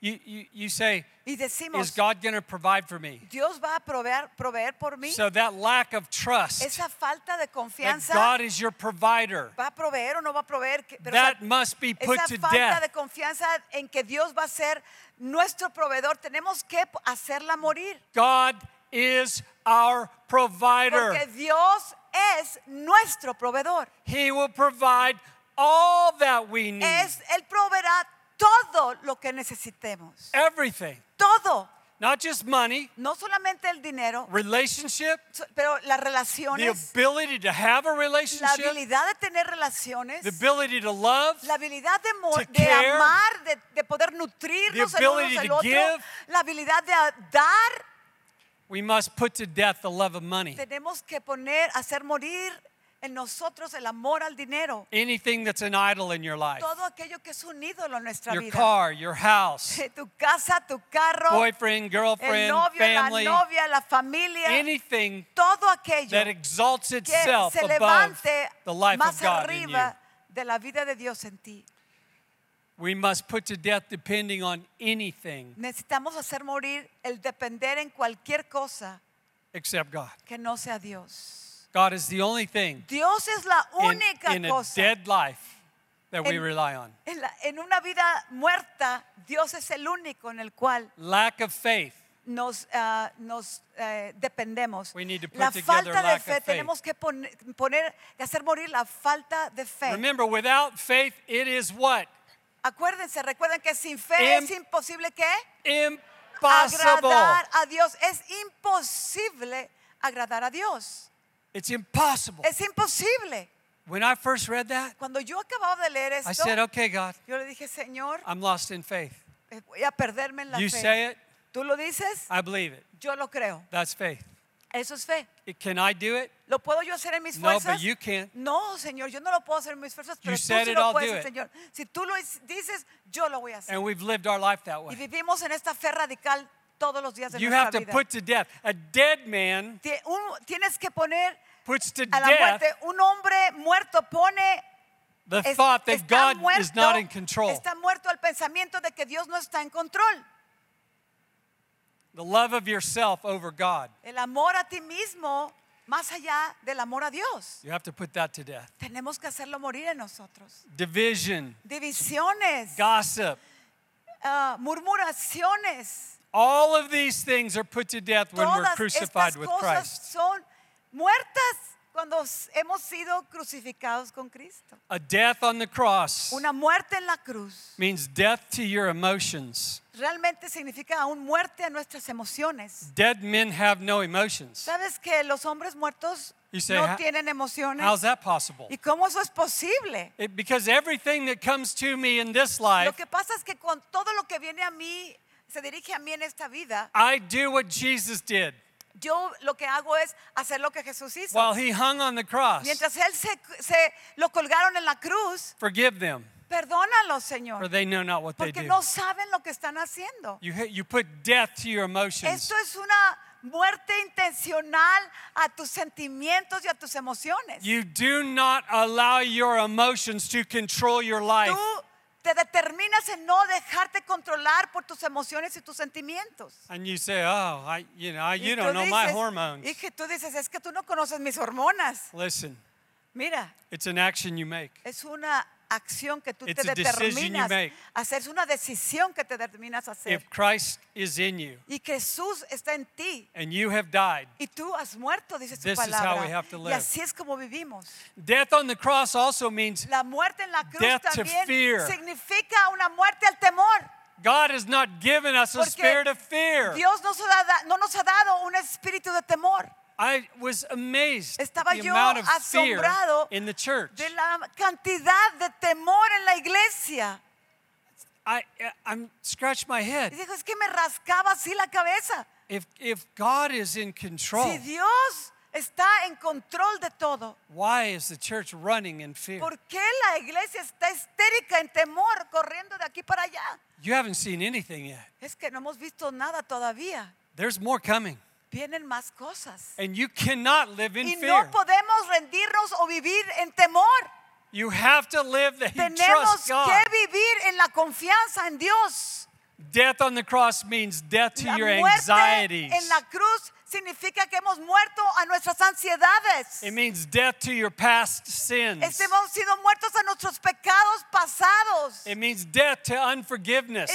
[SPEAKER 3] you, you, you say,
[SPEAKER 2] y
[SPEAKER 3] Is
[SPEAKER 2] decimos,
[SPEAKER 3] God going to provide for me?
[SPEAKER 2] Dios va a proveer, proveer por mí.
[SPEAKER 3] So that lack of trust
[SPEAKER 2] Esa falta de
[SPEAKER 3] that
[SPEAKER 2] confianza
[SPEAKER 3] God is your provider,
[SPEAKER 2] va a proveer o no va a proveer. que- pero
[SPEAKER 3] that
[SPEAKER 2] esa-
[SPEAKER 3] must be put
[SPEAKER 2] esa
[SPEAKER 3] to
[SPEAKER 2] falta de
[SPEAKER 3] death.
[SPEAKER 2] confianza en que Dios va a ser nuestro proveedor, tenemos que hacerla morir.
[SPEAKER 3] God is our provider.
[SPEAKER 2] Porque Dios es nuestro proveedor.
[SPEAKER 3] He will provide all that we need,
[SPEAKER 2] Es, Él proveerá todo lo que necesitemos.
[SPEAKER 3] everything,
[SPEAKER 2] Todo.
[SPEAKER 3] not just money,
[SPEAKER 2] No solamente el dinero,
[SPEAKER 3] relationship,
[SPEAKER 2] so- pero las
[SPEAKER 3] the
[SPEAKER 2] relaciones,
[SPEAKER 3] ability to have a
[SPEAKER 2] la
[SPEAKER 3] relationship,
[SPEAKER 2] habilidad de tener relaciones,
[SPEAKER 3] the ability to love,
[SPEAKER 2] la habilidad de, mo-
[SPEAKER 3] to
[SPEAKER 2] de
[SPEAKER 3] care,
[SPEAKER 2] amar, de, de poder nutrirnos el uno
[SPEAKER 3] ability
[SPEAKER 2] al
[SPEAKER 3] to
[SPEAKER 2] otro,
[SPEAKER 3] give.
[SPEAKER 2] la habilidad de a- dar.
[SPEAKER 3] we must put to death the love of money.
[SPEAKER 2] Tenemos que poner, hacer morir en nosotros el amor al dinero.
[SPEAKER 3] Anything that's an idol in your life,
[SPEAKER 2] Todo aquello que es un ídolo en nuestra
[SPEAKER 3] your
[SPEAKER 2] vida.
[SPEAKER 3] car, your house,
[SPEAKER 2] Tu casa, tu carro,
[SPEAKER 3] boyfriend,
[SPEAKER 2] el
[SPEAKER 3] girlfriend,
[SPEAKER 2] novio,
[SPEAKER 3] family,
[SPEAKER 2] la novia, la familia,
[SPEAKER 3] anything
[SPEAKER 2] todo aquello
[SPEAKER 3] that exalts
[SPEAKER 2] que
[SPEAKER 3] itself
[SPEAKER 2] se
[SPEAKER 3] above
[SPEAKER 2] levante
[SPEAKER 3] the life
[SPEAKER 2] más
[SPEAKER 3] of God in you.
[SPEAKER 2] arriba de la vida de Dios en ti.
[SPEAKER 3] We must put to death depending on anything
[SPEAKER 2] Necesitamos hacer morir el depender en cualquier cosa
[SPEAKER 3] except God.
[SPEAKER 2] que no sea Dios.
[SPEAKER 3] God is the only thing
[SPEAKER 2] Dios es la
[SPEAKER 3] in,
[SPEAKER 2] única
[SPEAKER 3] in a
[SPEAKER 2] cosa.
[SPEAKER 3] dead life that we
[SPEAKER 2] En-
[SPEAKER 3] rely on.
[SPEAKER 2] En, la- en una vida muerta, Dios es el único en el cual
[SPEAKER 3] Lack of faith.
[SPEAKER 2] nos, ah, nos, eh, dependemos.
[SPEAKER 3] We need to put
[SPEAKER 2] la
[SPEAKER 3] together
[SPEAKER 2] falta de
[SPEAKER 3] lack of
[SPEAKER 2] fe,
[SPEAKER 3] faith.
[SPEAKER 2] tenemos que pon- poner, hacer morir la falta de fe.
[SPEAKER 3] Remember, without faith, it is what?
[SPEAKER 2] Acuérdense, recuerden que sin fe
[SPEAKER 3] Im-
[SPEAKER 2] es imposible que
[SPEAKER 3] Impossible.
[SPEAKER 2] agradar a Dios. Es imposible agradar a Dios.
[SPEAKER 3] It's impossible.
[SPEAKER 2] Es imposible.
[SPEAKER 3] When I first read that,
[SPEAKER 2] Cuando yo acababa de leer
[SPEAKER 3] I
[SPEAKER 2] esto,
[SPEAKER 3] said, okay, God,
[SPEAKER 2] yo le dije, Señor,
[SPEAKER 3] I'm lost in faith.
[SPEAKER 2] eh, voy a perderme en la
[SPEAKER 3] You
[SPEAKER 2] fe.
[SPEAKER 3] say it,
[SPEAKER 2] Tú lo dices,
[SPEAKER 3] I believe it.
[SPEAKER 2] yo lo creo.
[SPEAKER 3] That's faith.
[SPEAKER 2] Eso es fe.
[SPEAKER 3] It- Can I do it?
[SPEAKER 2] ¿Lo puedo yo hacer en mis
[SPEAKER 3] No, but
[SPEAKER 2] fuerzas?
[SPEAKER 3] you can't.
[SPEAKER 2] No, Señor, yo no lo puedo hacer en mis fuerzas, pero tú
[SPEAKER 3] said
[SPEAKER 2] sí
[SPEAKER 3] it,
[SPEAKER 2] lo
[SPEAKER 3] I'll
[SPEAKER 2] puedes,
[SPEAKER 3] do it.
[SPEAKER 2] Señor. Si tú lo es- dices, yo lo voy a hacer.
[SPEAKER 3] And we've lived our life that
[SPEAKER 2] Y
[SPEAKER 3] way.
[SPEAKER 2] vivimos en esta fe radical todos los días de
[SPEAKER 3] You have
[SPEAKER 2] nuestra
[SPEAKER 3] to
[SPEAKER 2] vida.
[SPEAKER 3] put to death. A dead man
[SPEAKER 2] Tie- un- tienes que poner
[SPEAKER 3] puts to
[SPEAKER 2] a la
[SPEAKER 3] death
[SPEAKER 2] muerte, un hombre muerto pone
[SPEAKER 3] the
[SPEAKER 2] es-
[SPEAKER 3] thought that
[SPEAKER 2] está
[SPEAKER 3] God
[SPEAKER 2] muerto,
[SPEAKER 3] is not in control.
[SPEAKER 2] está muerto el pensamiento de que Dios no está en control.
[SPEAKER 3] The love of yourself over God.
[SPEAKER 2] El amor a ti mismo más allá del amor a Dios.
[SPEAKER 3] You have to put that to death.
[SPEAKER 2] Tenemos que hacerlo morir en nosotros.
[SPEAKER 3] Division,
[SPEAKER 2] Divisiones,
[SPEAKER 3] gossip,
[SPEAKER 2] ah, murmuraciones,
[SPEAKER 3] all of these things are put to death when we're
[SPEAKER 2] todas
[SPEAKER 3] crucified
[SPEAKER 2] estas
[SPEAKER 3] with
[SPEAKER 2] cosas
[SPEAKER 3] Christ.
[SPEAKER 2] son muertas cuando s- hemos sido crucificados con Cristo.
[SPEAKER 3] A death on the cross
[SPEAKER 2] Una muerte en la cruz
[SPEAKER 3] means death to your emotions.
[SPEAKER 2] realmente significa aún muerte a nuestras emociones.
[SPEAKER 3] Dead men have no emotions.
[SPEAKER 2] ¿Sabes que los hombres muertos
[SPEAKER 3] You say,
[SPEAKER 2] no
[SPEAKER 3] "How-
[SPEAKER 2] tienen emociones?
[SPEAKER 3] How's that possible?
[SPEAKER 2] ¿Y cómo eso es posible?
[SPEAKER 3] It- because everything that comes to me in this
[SPEAKER 2] Lo
[SPEAKER 3] life,
[SPEAKER 2] que pasa es que con todo lo que viene a mí, se dirige a mí en esta vida,
[SPEAKER 3] I do what Jesus did
[SPEAKER 2] yo lo que hago es hacer lo que Jesús hizo.
[SPEAKER 3] while he hung on the cross.
[SPEAKER 2] Mientras Él se, se- lo colgaron en la cruz,
[SPEAKER 3] Forgive them,
[SPEAKER 2] perdónalos,
[SPEAKER 3] for
[SPEAKER 2] Señor,
[SPEAKER 3] they know not what they
[SPEAKER 2] porque
[SPEAKER 3] do.
[SPEAKER 2] no saben lo que están haciendo.
[SPEAKER 3] You, hit- you put death to your emotions.
[SPEAKER 2] Esto es una muerte intencional a tus sentimientos y a tus emociones.
[SPEAKER 3] You do not allow your emotions to control your life.
[SPEAKER 2] Tú te determinas en no dejarte controlar por tus emociones y tus sentimientos.
[SPEAKER 3] And you say, oh, I, you know, I,
[SPEAKER 2] Y
[SPEAKER 3] you
[SPEAKER 2] tú
[SPEAKER 3] don't know my
[SPEAKER 2] dices-
[SPEAKER 3] hormones.
[SPEAKER 2] Y que tú dices, es que tú no conoces mis hormonas.
[SPEAKER 3] Listen,
[SPEAKER 2] Mira,
[SPEAKER 3] it's an action you make.
[SPEAKER 2] es una acción que tú
[SPEAKER 3] It's
[SPEAKER 2] te
[SPEAKER 3] a decision you
[SPEAKER 2] determinas
[SPEAKER 3] make.
[SPEAKER 2] a hacer, es una decisión que te determinas a hacer.
[SPEAKER 3] If Christ is in you
[SPEAKER 2] y Jesús está en ti.
[SPEAKER 3] and you have died,
[SPEAKER 2] Y tú has muerto, dice su
[SPEAKER 3] This is how
[SPEAKER 2] palabra.
[SPEAKER 3] we have to
[SPEAKER 2] Y
[SPEAKER 3] live.
[SPEAKER 2] así es como vivimos.
[SPEAKER 3] death on the cross also means
[SPEAKER 2] La muerte en la cruz
[SPEAKER 3] Death to
[SPEAKER 2] también
[SPEAKER 3] fear.
[SPEAKER 2] significa una muerte al temor.
[SPEAKER 3] God has not given us a
[SPEAKER 2] Porque
[SPEAKER 3] spirit of fear.
[SPEAKER 2] Dios nos ha da- no nos ha dado un espíritu de temor.
[SPEAKER 3] I was amazed at
[SPEAKER 2] Estaba
[SPEAKER 3] the
[SPEAKER 2] yo
[SPEAKER 3] amount of fear
[SPEAKER 2] asombrado
[SPEAKER 3] in the church.
[SPEAKER 2] de la cantidad de temor en la iglesia.
[SPEAKER 3] I, I'm scratched my head.
[SPEAKER 2] Y dijo, es que me rascaba así la cabeza.
[SPEAKER 3] If, if God is in control,
[SPEAKER 2] Si Dios está en control de todo.
[SPEAKER 3] Why is the church running in fear?
[SPEAKER 2] ¿Por qué la iglesia está histérica en temor, corriendo de aquí para allá?
[SPEAKER 3] You haven't seen anything yet.
[SPEAKER 2] Es que no hemos visto nada todavía.
[SPEAKER 3] There's more coming.
[SPEAKER 2] Vienen más cosas.
[SPEAKER 3] And you cannot live in
[SPEAKER 2] Y
[SPEAKER 3] fear.
[SPEAKER 2] no podemos rendirnos o vivir en temor.
[SPEAKER 3] You have to live that you
[SPEAKER 2] Tenemos
[SPEAKER 3] trust God.
[SPEAKER 2] que vivir en la confianza en Dios.
[SPEAKER 3] Death on the cross means death to
[SPEAKER 2] La
[SPEAKER 3] your
[SPEAKER 2] muerte
[SPEAKER 3] anxieties.
[SPEAKER 2] en la cruz significa que hemos muerto a nuestras ansiedades.
[SPEAKER 3] It means death to your past
[SPEAKER 2] Es-
[SPEAKER 3] sins.
[SPEAKER 2] Hemos sido muertos a nuestros pecados pasados.
[SPEAKER 3] It means death to
[SPEAKER 2] Es-
[SPEAKER 3] unforgiveness.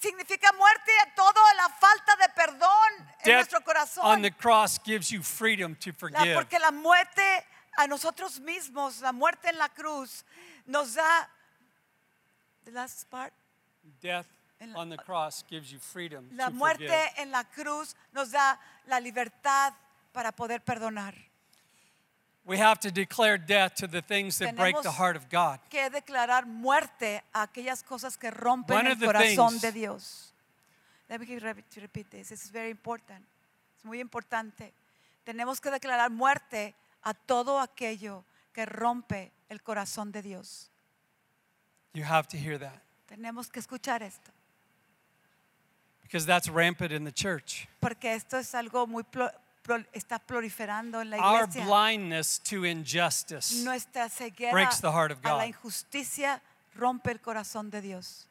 [SPEAKER 2] significa muerte a toda la falta de perdón en
[SPEAKER 3] Death
[SPEAKER 2] nuestro
[SPEAKER 3] on
[SPEAKER 2] corazón.
[SPEAKER 3] the cross gives you freedom to
[SPEAKER 2] La-
[SPEAKER 3] forgive.
[SPEAKER 2] porque la muerte a nosotros mismos, la muerte en la cruz, nos da. The last part.
[SPEAKER 3] Death
[SPEAKER 2] en la-
[SPEAKER 3] on the cross gives you freedom
[SPEAKER 2] La
[SPEAKER 3] to forgive.
[SPEAKER 2] muerte en la cruz nos da la libertad para poder perdonar.
[SPEAKER 3] We have to declare death to the things that break
[SPEAKER 2] Tenemos-
[SPEAKER 3] the heart of God.
[SPEAKER 2] Que declarar muerte a aquellas cosas que rompen
[SPEAKER 3] One
[SPEAKER 2] el
[SPEAKER 3] of the
[SPEAKER 2] corazón
[SPEAKER 3] things-
[SPEAKER 2] de Dios. Let me re- to repeat this. This is very important. Es muy importante. Tenemos que declarar muerte a todo aquello que rompe el corazón de Dios.
[SPEAKER 3] You have to hear that
[SPEAKER 2] Tenemos que escuchar esto,
[SPEAKER 3] because that's rampant in the church.
[SPEAKER 2] porque esto es algo muy plo- pro- está proliferando en la
[SPEAKER 3] Our
[SPEAKER 2] iglesia.
[SPEAKER 3] blindness to injustice.
[SPEAKER 2] Nuestra ceguera
[SPEAKER 3] breaks the heart of
[SPEAKER 2] a
[SPEAKER 3] God.
[SPEAKER 2] la injusticia rompe el corazón de Dios.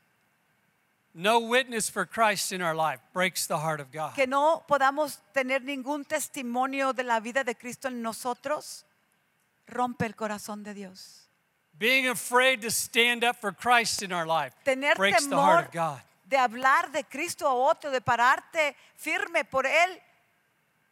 [SPEAKER 3] No witness for Christ in our life breaks the heart of God.
[SPEAKER 2] Que no podamos tener ningún testimonio de la vida de Cristo en nosotros rompe el corazón de Dios.
[SPEAKER 3] Being afraid to stand up for Christ in our life
[SPEAKER 2] Tener
[SPEAKER 3] breaks the heart
[SPEAKER 2] temor
[SPEAKER 3] of God.
[SPEAKER 2] de hablar de Cristo a otro, de pararte firme por Él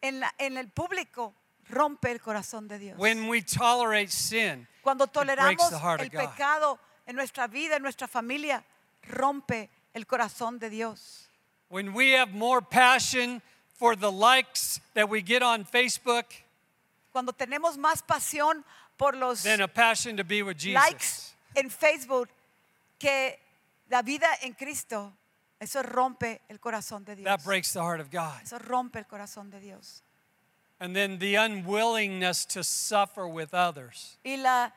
[SPEAKER 2] en, la- en el público, rompe el corazón de Dios.
[SPEAKER 3] When we tolerate sin,
[SPEAKER 2] Cuando toleramos
[SPEAKER 3] the heart of
[SPEAKER 2] el
[SPEAKER 3] God.
[SPEAKER 2] pecado en nuestra vida, en nuestra familia, rompe el corazón de Dios.
[SPEAKER 3] when we have more passion for the likes that we get on Facebook
[SPEAKER 2] cuando tenemos más pasión por los
[SPEAKER 3] than a passion to be with Jesus.
[SPEAKER 2] likes en Facebook que la vida en Cristo, eso rompe el corazón de Dios.
[SPEAKER 3] That breaks the heart of God.
[SPEAKER 2] Eso rompe el corazón de Dios.
[SPEAKER 3] And then the unwillingness to suffer with others.
[SPEAKER 2] Y la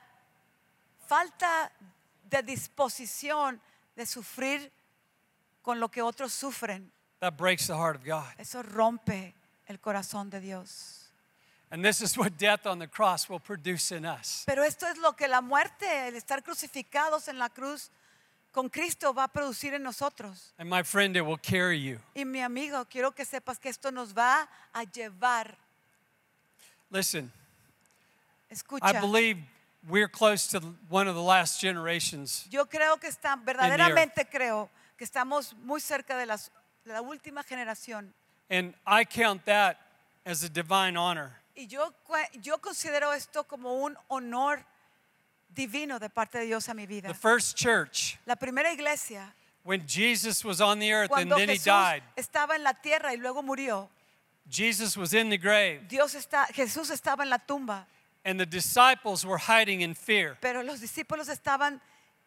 [SPEAKER 2] falta de disposición de sufrir con lo que otros sufren,
[SPEAKER 3] That breaks the heart of God.
[SPEAKER 2] eso rompe el corazón de Dios.
[SPEAKER 3] And this is what death on the cross will produce in us.
[SPEAKER 2] Pero esto es lo que la muerte, el estar crucificados en la cruz con Cristo va a producir en nosotros.
[SPEAKER 3] And my friend, it will carry you.
[SPEAKER 2] Y mi amigo, quiero que sepas que esto nos va a llevar.
[SPEAKER 3] Listen, I
[SPEAKER 2] Escucha.
[SPEAKER 3] believe we're close to one of the last generations
[SPEAKER 2] Yo creo que están, verdaderamente creo que estamos muy cerca de, las- de la última generación.
[SPEAKER 3] And I count that as a divine honor
[SPEAKER 2] Y yo, cue- yo considero esto como un honor divino de parte de Dios a mi vida.
[SPEAKER 3] The first church,
[SPEAKER 2] La primera iglesia,
[SPEAKER 3] when Jesus was on the earth and
[SPEAKER 2] cuando
[SPEAKER 3] then he
[SPEAKER 2] Jesús
[SPEAKER 3] died,
[SPEAKER 2] estaba en la tierra y luego murió,
[SPEAKER 3] Jesus was in the grave,
[SPEAKER 2] Dios está, Jesús estaba en la tumba,
[SPEAKER 3] and the disciples were hiding in fear.
[SPEAKER 2] pero los discípulos estaban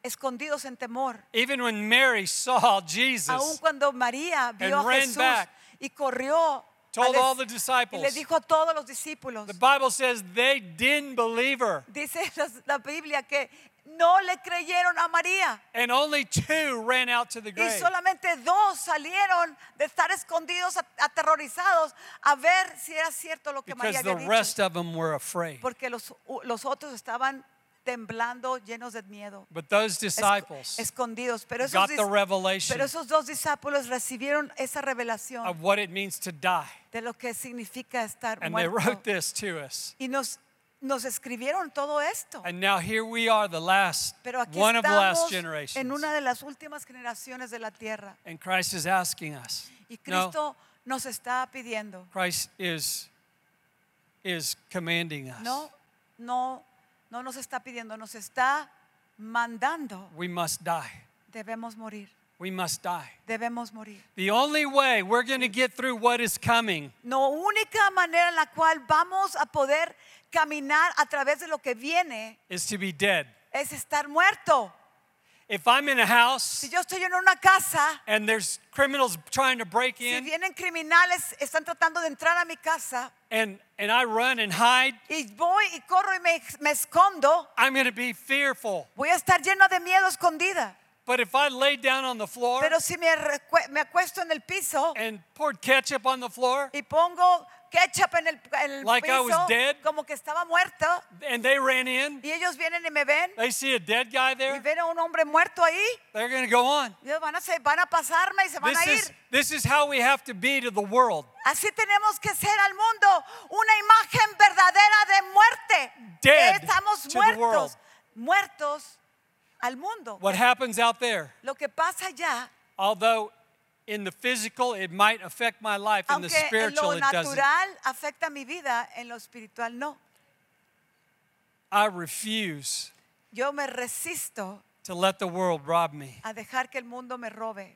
[SPEAKER 2] escondidos en temor.
[SPEAKER 3] Even when Mary saw
[SPEAKER 2] Aún
[SPEAKER 3] Jesus,
[SPEAKER 2] cuando María vio a
[SPEAKER 3] And ran
[SPEAKER 2] Jesús
[SPEAKER 3] back.
[SPEAKER 2] y corrió a
[SPEAKER 3] told
[SPEAKER 2] des-
[SPEAKER 3] all the
[SPEAKER 2] y le
[SPEAKER 3] disciples,
[SPEAKER 2] dijo a todos los discípulos,
[SPEAKER 3] the Bible says they didn't believe her,
[SPEAKER 2] dice las- la Biblia que no le creyeron a María
[SPEAKER 3] and only two ran out to the
[SPEAKER 2] y
[SPEAKER 3] grave.
[SPEAKER 2] solamente dos salieron de estar escondidos, a- aterrorizados, a ver si era cierto lo que María
[SPEAKER 3] Because the
[SPEAKER 2] había dicho,
[SPEAKER 3] rest of them were afraid.
[SPEAKER 2] porque los, u- los otros estaban temblando, llenos de miedo,
[SPEAKER 3] But those
[SPEAKER 2] esc-
[SPEAKER 3] disciples
[SPEAKER 2] escondidos. Pero esos,
[SPEAKER 3] got
[SPEAKER 2] dis-
[SPEAKER 3] the revelation
[SPEAKER 2] pero esos dos discípulos recibieron esa revelación.
[SPEAKER 3] of what it means to die.
[SPEAKER 2] de lo que significa estar
[SPEAKER 3] And they wrote
[SPEAKER 2] muerto.
[SPEAKER 3] this to us.
[SPEAKER 2] Y nos, nos escribieron todo esto.
[SPEAKER 3] And now here we are, the last,
[SPEAKER 2] Pero aquí
[SPEAKER 3] one of the last
[SPEAKER 2] estamos en
[SPEAKER 3] generations.
[SPEAKER 2] una de las últimas generaciones de la tierra.
[SPEAKER 3] And Christ is asking us.
[SPEAKER 2] Y
[SPEAKER 3] no,
[SPEAKER 2] Cristo nos está pidiendo,
[SPEAKER 3] Christ is is commanding us.
[SPEAKER 2] no, no, no nos está pidiendo, nos está mandando.
[SPEAKER 3] We must die.
[SPEAKER 2] Debemos morir,
[SPEAKER 3] We must die.
[SPEAKER 2] debemos morir.
[SPEAKER 3] The only way we're going to get through what is coming
[SPEAKER 2] No única manera en la cual vamos a poder caminar a través de lo que viene
[SPEAKER 3] is to be dead.
[SPEAKER 2] es estar muerto.
[SPEAKER 3] If I'm in a house
[SPEAKER 2] Si yo estoy en una casa,
[SPEAKER 3] and there's criminals trying to break
[SPEAKER 2] si
[SPEAKER 3] in
[SPEAKER 2] vienen criminales, están tratando de entrar a mi casa
[SPEAKER 3] and, and I run and hide,
[SPEAKER 2] y voy y corro y me, me escondo,
[SPEAKER 3] I'm going to be fearful.
[SPEAKER 2] voy a estar llena de miedo escondida.
[SPEAKER 3] But if I lay down on the floor
[SPEAKER 2] Pero si me, recue- me acuesto en el piso
[SPEAKER 3] and poured ketchup on the floor
[SPEAKER 2] y pongo ketchup en el, en el
[SPEAKER 3] Like I
[SPEAKER 2] piso,
[SPEAKER 3] was dead.
[SPEAKER 2] como que estaba muerto,
[SPEAKER 3] and they ran in,
[SPEAKER 2] y ellos vienen y me ven
[SPEAKER 3] they see a dead guy
[SPEAKER 2] y
[SPEAKER 3] there,
[SPEAKER 2] ven a un hombre muerto ahí,
[SPEAKER 3] they're going to go on.
[SPEAKER 2] ellos van a, se, van a pasarme y se van
[SPEAKER 3] This
[SPEAKER 2] a ir.
[SPEAKER 3] is, this is how we have to be to the world.
[SPEAKER 2] Así tenemos que ser al mundo una imagen verdadera de muerte.
[SPEAKER 3] Dead
[SPEAKER 2] Que estamos
[SPEAKER 3] to the
[SPEAKER 2] muertos,
[SPEAKER 3] world.
[SPEAKER 2] muertos al mundo.
[SPEAKER 3] What happens out there,
[SPEAKER 2] Lo que pasa allá,
[SPEAKER 3] although in the physical it might affect my life, in the
[SPEAKER 2] aunque en lo
[SPEAKER 3] spiritual it doesn't.
[SPEAKER 2] natural afecta mi vida, en lo espiritual no.
[SPEAKER 3] I refuse
[SPEAKER 2] Yo me resisto
[SPEAKER 3] to let the world rob me.
[SPEAKER 2] a dejar que el mundo me robe.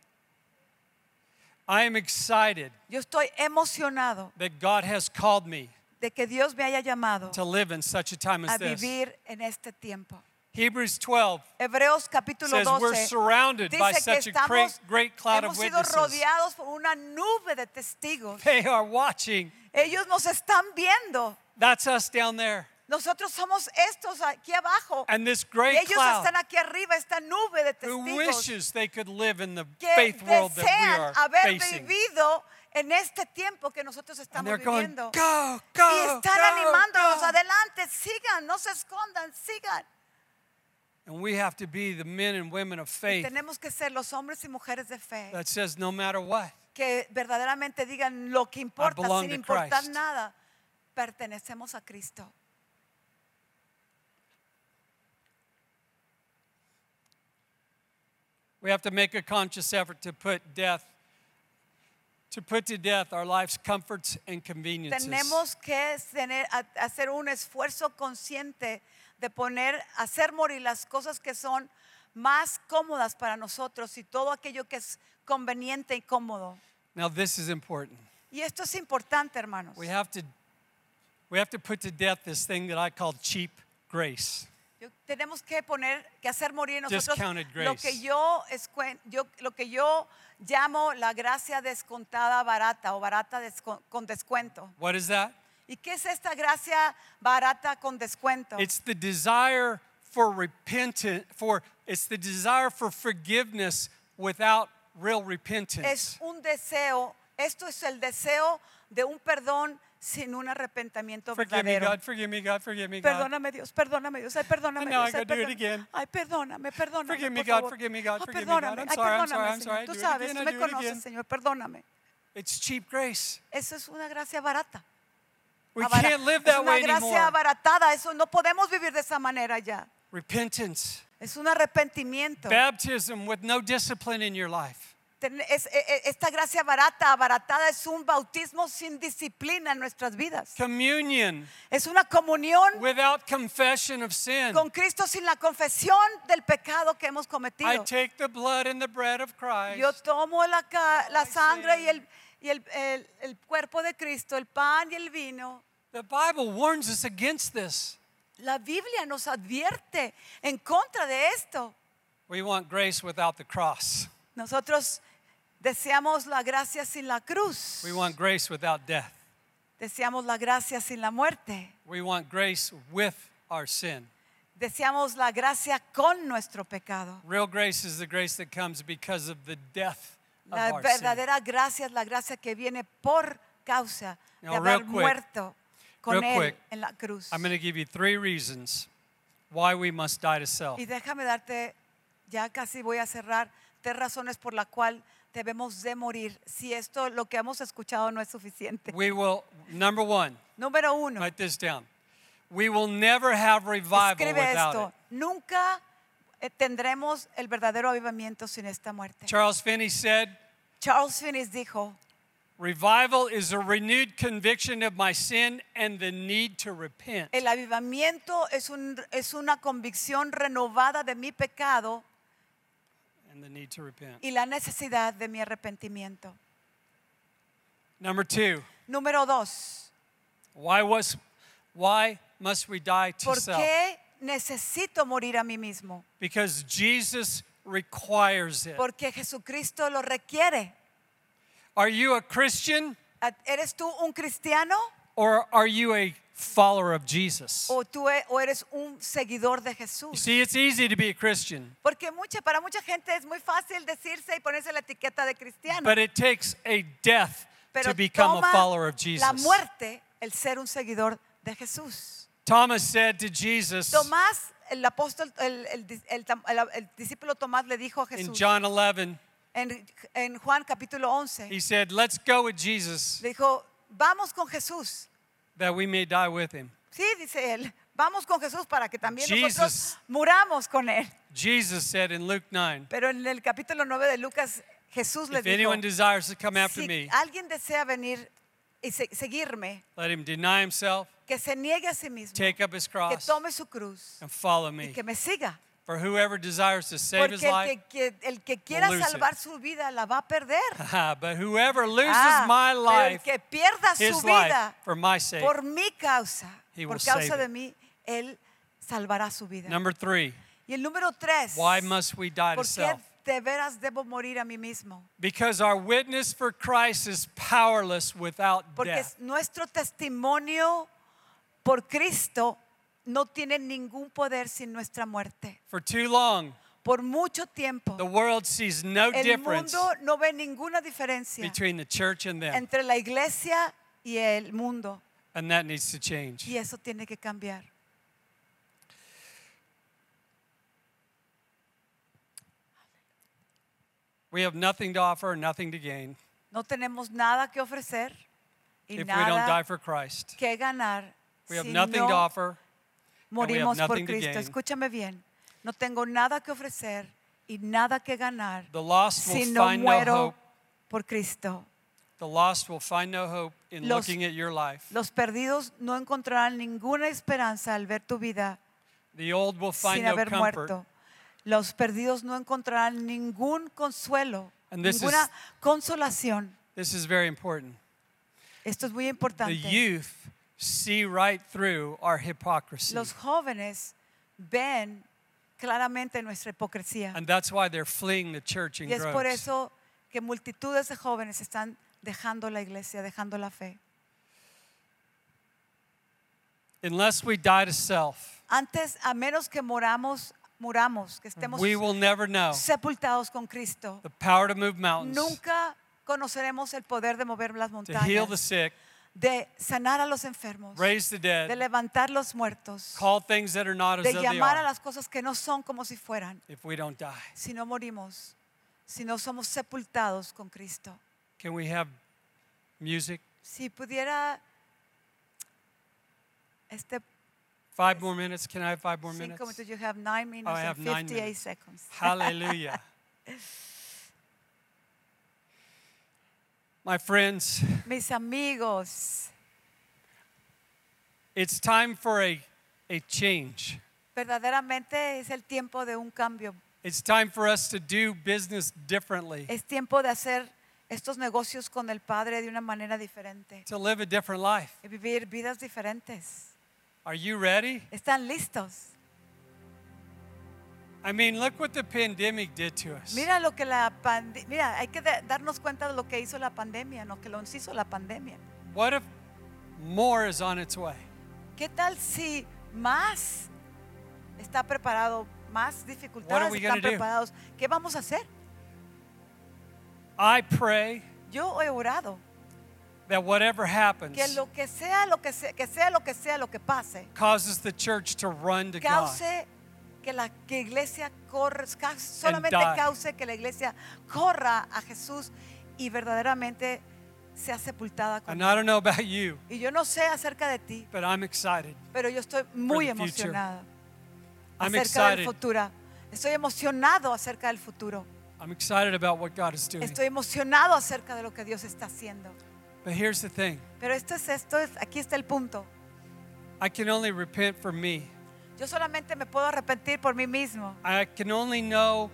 [SPEAKER 3] I am excited
[SPEAKER 2] Yo estoy emocionado
[SPEAKER 3] that God has called me
[SPEAKER 2] de que Dios me haya llamado
[SPEAKER 3] to live in such a time as
[SPEAKER 2] a
[SPEAKER 3] this.
[SPEAKER 2] vivir en este tiempo.
[SPEAKER 3] Hebrews 12
[SPEAKER 2] Hebreos capítulo
[SPEAKER 3] says we're
[SPEAKER 2] 12
[SPEAKER 3] surrounded by
[SPEAKER 2] dice que
[SPEAKER 3] such a great,
[SPEAKER 2] estamos,
[SPEAKER 3] great cloud
[SPEAKER 2] hemos
[SPEAKER 3] of
[SPEAKER 2] sido
[SPEAKER 3] witnesses.
[SPEAKER 2] rodeados por una nube de testigos.
[SPEAKER 3] They are watching.
[SPEAKER 2] Ellos nos están viendo.
[SPEAKER 3] That's us down there.
[SPEAKER 2] Nosotros somos estos aquí abajo.
[SPEAKER 3] And this
[SPEAKER 2] Y
[SPEAKER 3] great
[SPEAKER 2] ellos
[SPEAKER 3] cloud
[SPEAKER 2] están aquí arriba, esta nube de
[SPEAKER 3] who
[SPEAKER 2] testigos
[SPEAKER 3] wishes they could live in the
[SPEAKER 2] que
[SPEAKER 3] faith world
[SPEAKER 2] desean
[SPEAKER 3] that we are
[SPEAKER 2] haber
[SPEAKER 3] facing.
[SPEAKER 2] vivido en este tiempo que nosotros
[SPEAKER 3] And
[SPEAKER 2] estamos
[SPEAKER 3] they're going,
[SPEAKER 2] viviendo.
[SPEAKER 3] go,
[SPEAKER 2] y
[SPEAKER 3] go,
[SPEAKER 2] están
[SPEAKER 3] go,
[SPEAKER 2] animándonos,
[SPEAKER 3] go.
[SPEAKER 2] adelante, sigan, no se escondan, sigan.
[SPEAKER 3] And we have to be the men and women of
[SPEAKER 2] Y
[SPEAKER 3] faith
[SPEAKER 2] tenemos que ser los hombres y mujeres de fe
[SPEAKER 3] that says no matter what,
[SPEAKER 2] que verdaderamente digan lo que importa,
[SPEAKER 3] belong
[SPEAKER 2] sin
[SPEAKER 3] to
[SPEAKER 2] importar
[SPEAKER 3] Christ.
[SPEAKER 2] nada. Pertenecemos a Cristo.
[SPEAKER 3] we have to make a conscious effort to put death, to put to death our life's comforts and conveniences.
[SPEAKER 2] Tenemos que tener- a- hacer un esfuerzo consciente de poner, hacer morir las cosas que son más cómodas para nosotros y todo aquello que es conveniente y cómodo.
[SPEAKER 3] Now this is important.
[SPEAKER 2] Y esto es importante, hermanos.
[SPEAKER 3] We have to, we have to put to death this thing that I call cheap grace.
[SPEAKER 2] Yo- tenemos que poner, que hacer morir en nosotros
[SPEAKER 3] Discounted
[SPEAKER 2] lo
[SPEAKER 3] grace.
[SPEAKER 2] que yo, escuen- yo- lo que yo llamo la gracia descontada barata o barata desco- con descuento.
[SPEAKER 3] What is that?
[SPEAKER 2] ¿Y qué es esta gracia barata con descuento?
[SPEAKER 3] It's the desire for repentant for it's the desire for forgiveness without real repentance.
[SPEAKER 2] es un deseo, esto es el deseo de un perdón sin un arrepentimiento
[SPEAKER 3] Forgive me,
[SPEAKER 2] verdadero.
[SPEAKER 3] God. Forgive me, God. Forgive me, God.
[SPEAKER 2] Perdóname Dios, perdóname Dios, ay perdóname
[SPEAKER 3] And now I
[SPEAKER 2] Dios, ay
[SPEAKER 3] gotta do it
[SPEAKER 2] perdóname,
[SPEAKER 3] again.
[SPEAKER 2] ay perdóname, perdóname,
[SPEAKER 3] Forgive me,
[SPEAKER 2] por
[SPEAKER 3] God,
[SPEAKER 2] favor.
[SPEAKER 3] forgive me, God,
[SPEAKER 2] Ah,
[SPEAKER 3] forgive me, God.
[SPEAKER 2] perdóname,
[SPEAKER 3] I'm
[SPEAKER 2] ay
[SPEAKER 3] sorry, I'm
[SPEAKER 2] perdóname,
[SPEAKER 3] sorry, I'm
[SPEAKER 2] Señor.
[SPEAKER 3] sorry.
[SPEAKER 2] tú
[SPEAKER 3] Do it
[SPEAKER 2] sabes,
[SPEAKER 3] again,
[SPEAKER 2] tú
[SPEAKER 3] I
[SPEAKER 2] me
[SPEAKER 3] do it
[SPEAKER 2] conoces
[SPEAKER 3] again.
[SPEAKER 2] Señor, perdóname.
[SPEAKER 3] It's cheap grace.
[SPEAKER 2] Eso es una gracia barata.
[SPEAKER 3] We
[SPEAKER 2] abara-
[SPEAKER 3] can't live
[SPEAKER 2] es
[SPEAKER 3] that
[SPEAKER 2] una
[SPEAKER 3] way
[SPEAKER 2] gracia
[SPEAKER 3] anymore.
[SPEAKER 2] abaratada, eso no podemos vivir de esa manera ya.
[SPEAKER 3] Repentance.
[SPEAKER 2] Es un arrepentimiento.
[SPEAKER 3] Baptism with no discipline in your life.
[SPEAKER 2] Ten- es- e- e- esta gracia barata, abaratada, es un bautismo sin disciplina en nuestras vidas.
[SPEAKER 3] Communion
[SPEAKER 2] Es una comunión
[SPEAKER 3] without confession of sin.
[SPEAKER 2] con Cristo sin la confesión del pecado que hemos
[SPEAKER 3] I
[SPEAKER 2] cometido.
[SPEAKER 3] take the blood and the bread of
[SPEAKER 2] Yo
[SPEAKER 3] Christ
[SPEAKER 2] tomo la, ca- la
[SPEAKER 3] I
[SPEAKER 2] sangre y,
[SPEAKER 3] sin.
[SPEAKER 2] el, y el, el- el cuerpo de Cristo, el pan y el vino.
[SPEAKER 3] The Bible warns us against this.
[SPEAKER 2] La Biblia nos advierte en contra de esto.
[SPEAKER 3] We want grace without the cross.
[SPEAKER 2] Nosotros deseamos la gracia sin la cruz.
[SPEAKER 3] We want grace without death.
[SPEAKER 2] Deseamos la gracia sin la muerte.
[SPEAKER 3] We want grace with our sin.
[SPEAKER 2] Deseamos la gracia con nuestro pecado.
[SPEAKER 3] Real grace is the grace that comes because of the death of
[SPEAKER 2] La
[SPEAKER 3] our sin.
[SPEAKER 2] verdadera gracia es la gracia que viene por causa de
[SPEAKER 3] Now,
[SPEAKER 2] haber
[SPEAKER 3] real quick,
[SPEAKER 2] muerto con
[SPEAKER 3] real
[SPEAKER 2] Él
[SPEAKER 3] quick,
[SPEAKER 2] en la cruz.
[SPEAKER 3] I'm going to give you three reasons why we must die to self.
[SPEAKER 2] Y déjame darte, ya casi voy a cerrar, tres razones por la cual debemos de morir si esto, lo que hemos escuchado no es suficiente.
[SPEAKER 3] We will, number one,
[SPEAKER 2] Número uno,
[SPEAKER 3] write this down. We will never have revival
[SPEAKER 2] escribe
[SPEAKER 3] without
[SPEAKER 2] esto,
[SPEAKER 3] it.
[SPEAKER 2] nunca eh, tendremos el verdadero avivamiento sin esta muerte.
[SPEAKER 3] Charles Finney said,
[SPEAKER 2] Charles Finney dijo,
[SPEAKER 3] Revival is a renewed conviction of my sin and the need to repent.
[SPEAKER 2] el avivamiento es, un- es una convicción renovada de mi pecado
[SPEAKER 3] And the need to repent.
[SPEAKER 2] y la necesidad de mi arrepentimiento.
[SPEAKER 3] Number two,
[SPEAKER 2] Número dos,
[SPEAKER 3] why was why must we die to
[SPEAKER 2] ¿por
[SPEAKER 3] self?
[SPEAKER 2] qué necesito morir a mí mismo?
[SPEAKER 3] Because Jesus requires it.
[SPEAKER 2] porque Jesucristo lo requiere. Ah,
[SPEAKER 3] Are you a Christian
[SPEAKER 2] ¿Eres tú un cristiano
[SPEAKER 3] or are you a follower of Jesus?
[SPEAKER 2] o tú e- o eres un seguidor de
[SPEAKER 3] You
[SPEAKER 2] Jesús?
[SPEAKER 3] see, it's easy to be a Christian,
[SPEAKER 2] Porque mucha, para mucha gente es muy fácil decirse y ponerse la etiqueta de cristiano,
[SPEAKER 3] but it takes a death
[SPEAKER 2] pero
[SPEAKER 3] to become a
[SPEAKER 2] toma
[SPEAKER 3] follower of
[SPEAKER 2] la
[SPEAKER 3] Jesus.
[SPEAKER 2] muerte el ser un seguidor de Jesús.
[SPEAKER 3] Thomas said to Jesus
[SPEAKER 2] Tomás, el apóstol, el, el dis- el tam- el- el discípulo Tomás le dijo a
[SPEAKER 3] in
[SPEAKER 2] Jesús
[SPEAKER 3] John 11,
[SPEAKER 2] en, en Juan capítulo 11,
[SPEAKER 3] he said, Let's go with Jesus
[SPEAKER 2] le dijo, vamos con Jesús.
[SPEAKER 3] that we may die with him.
[SPEAKER 2] Sí, dice él, vamos con Jesús para que también
[SPEAKER 3] Jesus.
[SPEAKER 2] nosotros muramos con él.
[SPEAKER 3] Jesus said in Luke 9,
[SPEAKER 2] Pero en el capítulo 9 de Lucas, Jesús le
[SPEAKER 3] If anyone
[SPEAKER 2] dijo,
[SPEAKER 3] desires to come after
[SPEAKER 2] si
[SPEAKER 3] me,
[SPEAKER 2] alguien desea venir y se- seguirme,
[SPEAKER 3] let him deny himself,
[SPEAKER 2] que se niegue a sí mismo,
[SPEAKER 3] take up his
[SPEAKER 2] que
[SPEAKER 3] cross,
[SPEAKER 2] tome su cruz
[SPEAKER 3] and follow
[SPEAKER 2] y
[SPEAKER 3] me.
[SPEAKER 2] que me siga.
[SPEAKER 3] For whoever desires to save
[SPEAKER 2] Porque
[SPEAKER 3] his
[SPEAKER 2] el
[SPEAKER 3] life,
[SPEAKER 2] que, que- el que quiera
[SPEAKER 3] lose it.
[SPEAKER 2] salvar su vida la va a perder.
[SPEAKER 3] but whoever loses
[SPEAKER 2] Ah,
[SPEAKER 3] my
[SPEAKER 2] pero el
[SPEAKER 3] life,
[SPEAKER 2] que pierda su
[SPEAKER 3] his life,
[SPEAKER 2] vida
[SPEAKER 3] for my sake.
[SPEAKER 2] por mi causa,
[SPEAKER 3] He
[SPEAKER 2] por
[SPEAKER 3] will save
[SPEAKER 2] causa
[SPEAKER 3] it.
[SPEAKER 2] de mí, él salvará su vida.
[SPEAKER 3] Number three,
[SPEAKER 2] y el número tres,
[SPEAKER 3] why must we die to
[SPEAKER 2] ¿por qué
[SPEAKER 3] self?
[SPEAKER 2] de veras debo morir a mí mismo?
[SPEAKER 3] Because our witness for Christ is powerless without
[SPEAKER 2] Porque
[SPEAKER 3] death.
[SPEAKER 2] nuestro testimonio por Cristo no tiene ningún poder sin nuestra muerte.
[SPEAKER 3] For too long,
[SPEAKER 2] Por mucho tiempo,
[SPEAKER 3] the world sees no
[SPEAKER 2] el
[SPEAKER 3] difference
[SPEAKER 2] mundo no ve ninguna diferencia
[SPEAKER 3] between the church and them,
[SPEAKER 2] entre la iglesia y el mundo.
[SPEAKER 3] and that needs to change.
[SPEAKER 2] Y eso tiene que cambiar.
[SPEAKER 3] We have nothing to offer, nothing to gain
[SPEAKER 2] No tenemos nada que ofrecer y
[SPEAKER 3] if we don't die
[SPEAKER 2] nada
[SPEAKER 3] for Christ.
[SPEAKER 2] que ganar
[SPEAKER 3] We have
[SPEAKER 2] si
[SPEAKER 3] nothing to
[SPEAKER 2] no
[SPEAKER 3] offer.
[SPEAKER 2] morimos por
[SPEAKER 3] nothing to
[SPEAKER 2] Cristo.
[SPEAKER 3] gain.
[SPEAKER 2] Escúchame bien. No tengo nada que ofrecer y nada que ganar
[SPEAKER 3] The lost will
[SPEAKER 2] si no
[SPEAKER 3] find no
[SPEAKER 2] muero
[SPEAKER 3] hope.
[SPEAKER 2] por Cristo.
[SPEAKER 3] The lost will find no hope in
[SPEAKER 2] Los-
[SPEAKER 3] looking at your life.
[SPEAKER 2] Los perdidos no encontrarán ninguna esperanza al ver tu vida
[SPEAKER 3] The old will find
[SPEAKER 2] sin
[SPEAKER 3] no
[SPEAKER 2] haber
[SPEAKER 3] comfort.
[SPEAKER 2] muerto. Los perdidos no encontrarán ningún consuelo,
[SPEAKER 3] And this
[SPEAKER 2] ninguna
[SPEAKER 3] is-
[SPEAKER 2] consolación.
[SPEAKER 3] This is very important.
[SPEAKER 2] Esto es muy
[SPEAKER 3] The
[SPEAKER 2] importante.
[SPEAKER 3] youth see right through our hypocrisy.
[SPEAKER 2] Los jóvenes ven claramente nuestra hipocresía.
[SPEAKER 3] And that's why they're fleeing the church in
[SPEAKER 2] Y es por
[SPEAKER 3] groves.
[SPEAKER 2] eso que multitudes de jóvenes están dejando la iglesia, dejando la fe.
[SPEAKER 3] Unless we die to self,
[SPEAKER 2] Antes, a menos que moramos, muramos, que estemos
[SPEAKER 3] we will never know
[SPEAKER 2] sepultados con Cristo,
[SPEAKER 3] the power to move mountains,
[SPEAKER 2] nunca conoceremos el poder de mover las
[SPEAKER 3] to heal the
[SPEAKER 2] montañas,
[SPEAKER 3] sick,
[SPEAKER 2] de sanar a los enfermos, de
[SPEAKER 3] raise the dead,
[SPEAKER 2] levantar los muertos,
[SPEAKER 3] call things that are not as
[SPEAKER 2] de
[SPEAKER 3] though they
[SPEAKER 2] llamar a
[SPEAKER 3] are
[SPEAKER 2] las cosas que no son como si fueran,
[SPEAKER 3] if we don't die.
[SPEAKER 2] si no morimos, si no somos sepultados con Cristo.
[SPEAKER 3] Can we have music?
[SPEAKER 2] Si pudiera este
[SPEAKER 3] Five more minutes. Can I have five more minutes?
[SPEAKER 2] Cinco minutos. You have nine minutes
[SPEAKER 3] Oh, I have
[SPEAKER 2] and
[SPEAKER 3] nine
[SPEAKER 2] 58
[SPEAKER 3] minutes.
[SPEAKER 2] seconds.
[SPEAKER 3] Hallelujah. My friends,
[SPEAKER 2] Mis amigos,
[SPEAKER 3] it's time for a, a change.
[SPEAKER 2] verdaderamente es el tiempo de un cambio.
[SPEAKER 3] It's time for us to do business differently,
[SPEAKER 2] Es tiempo de hacer estos negocios con el Padre de una manera diferente
[SPEAKER 3] to live a different life.
[SPEAKER 2] y vivir vidas diferentes.
[SPEAKER 3] Are you ready?
[SPEAKER 2] ¿Están listos?
[SPEAKER 3] I mean, look what the pandemic did to us.
[SPEAKER 2] Mira lo que la pandemia, mira, hay que da- darnos cuenta de lo que hizo la pandemia, no que lo hizo la pandemia.
[SPEAKER 3] What if more is on its way?
[SPEAKER 2] ¿Qué tal si más está preparado, más dificultades
[SPEAKER 3] we
[SPEAKER 2] están
[SPEAKER 3] gonna do?
[SPEAKER 2] preparados? ¿Qué vamos a hacer?
[SPEAKER 3] I pray
[SPEAKER 2] Yo he orado
[SPEAKER 3] that whatever happens
[SPEAKER 2] que lo que sea, lo que sea, que sea lo que sea, lo que pase,
[SPEAKER 3] causes the church to run to God.
[SPEAKER 2] cause que la que iglesia corra, ca- solamente
[SPEAKER 3] die.
[SPEAKER 2] cause que la iglesia corra a Jesús y verdaderamente sea sepultada con
[SPEAKER 3] And I don't know about you,
[SPEAKER 2] él. Y yo no sé acerca de ti,
[SPEAKER 3] but I'm excited.
[SPEAKER 2] pero yo estoy muy
[SPEAKER 3] the future.
[SPEAKER 2] emocionada
[SPEAKER 3] I'm
[SPEAKER 2] acerca del
[SPEAKER 3] excited.
[SPEAKER 2] futuro. Estoy emocionado acerca del futuro.
[SPEAKER 3] I'm excited about what God is doing.
[SPEAKER 2] Estoy emocionado acerca de lo que Dios está haciendo.
[SPEAKER 3] But here's the thing
[SPEAKER 2] Pero esto es esto, es, aquí está el punto.
[SPEAKER 3] I can only repent for me.
[SPEAKER 2] Yo solamente me puedo arrepentir por mí mismo.
[SPEAKER 3] I can only know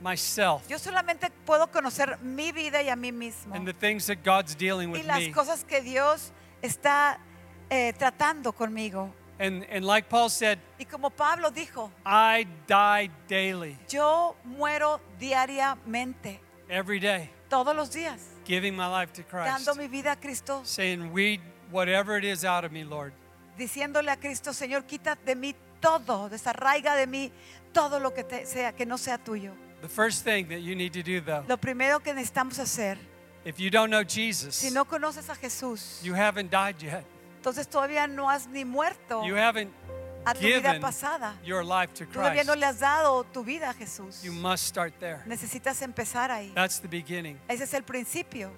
[SPEAKER 3] myself
[SPEAKER 2] Yo solamente puedo conocer mi vida y a mí mismo.
[SPEAKER 3] and the things that God's dealing
[SPEAKER 2] Y
[SPEAKER 3] with
[SPEAKER 2] las
[SPEAKER 3] me.
[SPEAKER 2] cosas que Dios está eh, tratando conmigo.
[SPEAKER 3] And, and like Paul said,
[SPEAKER 2] Y como Pablo dijo,
[SPEAKER 3] I die daily,
[SPEAKER 2] yo muero diariamente,
[SPEAKER 3] every day,
[SPEAKER 2] todos los días,
[SPEAKER 3] giving my life to Christ,
[SPEAKER 2] dando mi vida a Cristo,
[SPEAKER 3] saying, Weed whatever it is out of me, Lord.
[SPEAKER 2] diciéndole a Cristo, Señor, quita de mí todo, desarraiga de mí todo lo que te- sea que no sea tuyo.
[SPEAKER 3] The first thing that you need to do, though,
[SPEAKER 2] Lo primero que necesitamos hacer,
[SPEAKER 3] if you don't know Jesus,
[SPEAKER 2] si no conoces a Jesús,
[SPEAKER 3] you haven't died yet,
[SPEAKER 2] entonces todavía no has ni muerto
[SPEAKER 3] you haven't
[SPEAKER 2] a tu vida
[SPEAKER 3] given
[SPEAKER 2] pasada.
[SPEAKER 3] your life to
[SPEAKER 2] Tú Todavía
[SPEAKER 3] Christ,
[SPEAKER 2] no le has dado tu vida a Jesús.
[SPEAKER 3] you must start there.
[SPEAKER 2] Necesitas empezar ahí.
[SPEAKER 3] That's the beginning.
[SPEAKER 2] Ese es el principio.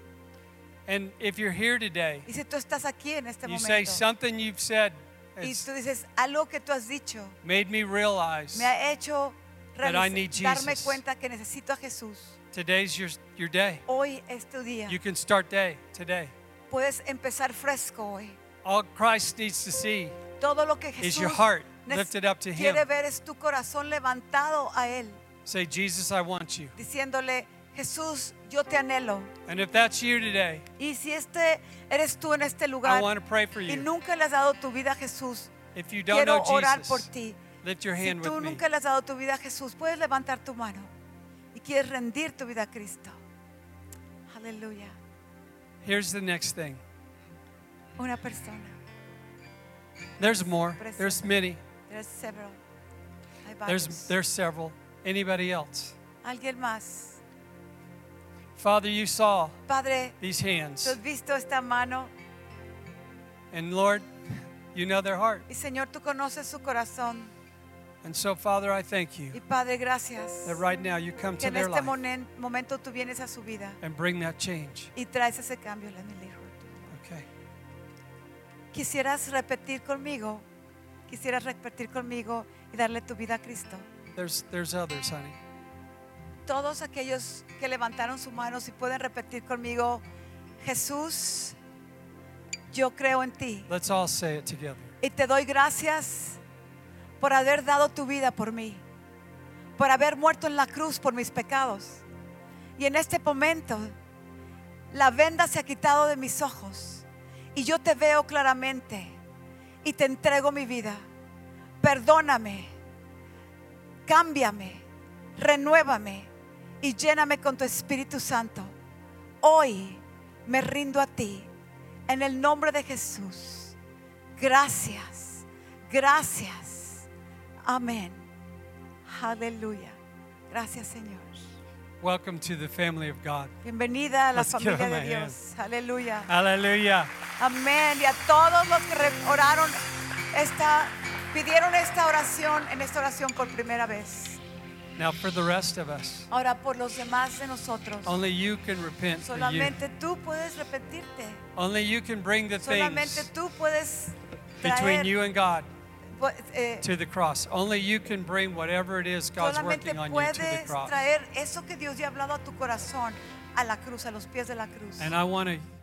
[SPEAKER 3] And if you're here today,
[SPEAKER 2] Y si tú estás aquí en este
[SPEAKER 3] you say
[SPEAKER 2] momento
[SPEAKER 3] something you've said
[SPEAKER 2] y
[SPEAKER 3] has
[SPEAKER 2] tú dices algo que tú has dicho
[SPEAKER 3] made me realize
[SPEAKER 2] me ha hecho
[SPEAKER 3] That I need
[SPEAKER 2] realiza- darme
[SPEAKER 3] Jesus.
[SPEAKER 2] cuenta que necesito a Jesús.
[SPEAKER 3] today's your, your day.
[SPEAKER 2] Hoy es tu día.
[SPEAKER 3] You can start day today.
[SPEAKER 2] Puedes empezar fresco hoy.
[SPEAKER 3] All Christ needs to see
[SPEAKER 2] Todo lo que
[SPEAKER 3] Is
[SPEAKER 2] Jesús
[SPEAKER 3] your heart
[SPEAKER 2] nes-
[SPEAKER 3] lifted up to Him?
[SPEAKER 2] quiere ver es tu corazón levantado a Él,
[SPEAKER 3] say, Jesus, I want you.
[SPEAKER 2] diciéndole, Jesús, yo te anhelo.
[SPEAKER 3] And if that's you today,
[SPEAKER 2] Y si este eres tú en este
[SPEAKER 3] I
[SPEAKER 2] lugar
[SPEAKER 3] want to pray for
[SPEAKER 2] y
[SPEAKER 3] you.
[SPEAKER 2] nunca le has dado tu vida a Jesús,
[SPEAKER 3] If you don't
[SPEAKER 2] quiero
[SPEAKER 3] know
[SPEAKER 2] orar por
[SPEAKER 3] Jesus,
[SPEAKER 2] ti.
[SPEAKER 3] lift your
[SPEAKER 2] Si
[SPEAKER 3] hand
[SPEAKER 2] tú
[SPEAKER 3] with me.
[SPEAKER 2] nunca le has dado tu vida a Jesús, puedes levantar tu mano y quieres rendir tu vida a Cristo. Aleluya.
[SPEAKER 3] Here's the next thing.
[SPEAKER 2] Una persona.
[SPEAKER 3] There's more.
[SPEAKER 2] Presenta.
[SPEAKER 3] There's many.
[SPEAKER 2] There's several. Hay
[SPEAKER 3] There's
[SPEAKER 2] varios.
[SPEAKER 3] there's several. Anybody else?
[SPEAKER 2] Alguien más.
[SPEAKER 3] Father, you saw
[SPEAKER 2] Padre,
[SPEAKER 3] these
[SPEAKER 2] tú
[SPEAKER 3] hands.
[SPEAKER 2] has visto esta mano
[SPEAKER 3] And Lord, you know their heart.
[SPEAKER 2] y Señor, tú conoces su corazón.
[SPEAKER 3] And so, Father, I thank you
[SPEAKER 2] Y Padre, gracias
[SPEAKER 3] that right now you come
[SPEAKER 2] que
[SPEAKER 3] to
[SPEAKER 2] en
[SPEAKER 3] their
[SPEAKER 2] este
[SPEAKER 3] life
[SPEAKER 2] monen- momento tú vienes a su vida
[SPEAKER 3] and bring that change.
[SPEAKER 2] y traes ese cambio en el hijo.
[SPEAKER 3] Okay.
[SPEAKER 2] Quisieras repetir conmigo, quisieras repetir conmigo y darle tu vida a Cristo.
[SPEAKER 3] There's there's others, honey.
[SPEAKER 2] todos aquellos que levantaron su mano, si pueden repetir conmigo, Jesús, yo creo en ti
[SPEAKER 3] Let's all say it together.
[SPEAKER 2] y te doy gracias por haber dado tu vida por mí, por haber muerto en la cruz por mis pecados. Y en este momento, la venda se ha quitado de mis ojos y yo te veo claramente y te entrego mi vida. Perdóname, cámbiame, renuévame y lléname con tu Espíritu Santo. Hoy me rindo a ti en el nombre de Jesús. Gracias, gracias. Amén. Aleluya. Gracias, Señor.
[SPEAKER 3] Welcome to the family of God.
[SPEAKER 2] Bienvenida a la
[SPEAKER 3] Let's give
[SPEAKER 2] familia
[SPEAKER 3] him
[SPEAKER 2] de
[SPEAKER 3] a
[SPEAKER 2] Dios. Aleluya.
[SPEAKER 3] Hallelujah.
[SPEAKER 2] Amén. Y a todos los que re- oraron esta, pidieron esta oración en esta oración por primera vez.
[SPEAKER 3] Now for the rest of us,
[SPEAKER 2] Ahora por los demás de nosotros.
[SPEAKER 3] only you can repent for you.
[SPEAKER 2] Solamente tú puedes repetirte.
[SPEAKER 3] Only you can bring the
[SPEAKER 2] Solamente
[SPEAKER 3] things
[SPEAKER 2] tú puedes
[SPEAKER 3] between
[SPEAKER 2] traer,
[SPEAKER 3] you and God
[SPEAKER 2] pu- eh,
[SPEAKER 3] to the cross. Only you can bring whatever it is God's
[SPEAKER 2] solamente
[SPEAKER 3] working on you to the
[SPEAKER 2] puedes
[SPEAKER 3] cross.
[SPEAKER 2] traer eso que Dios ya ha hablado a tu corazón a la cruz, a los pies de la cruz.
[SPEAKER 3] And I want to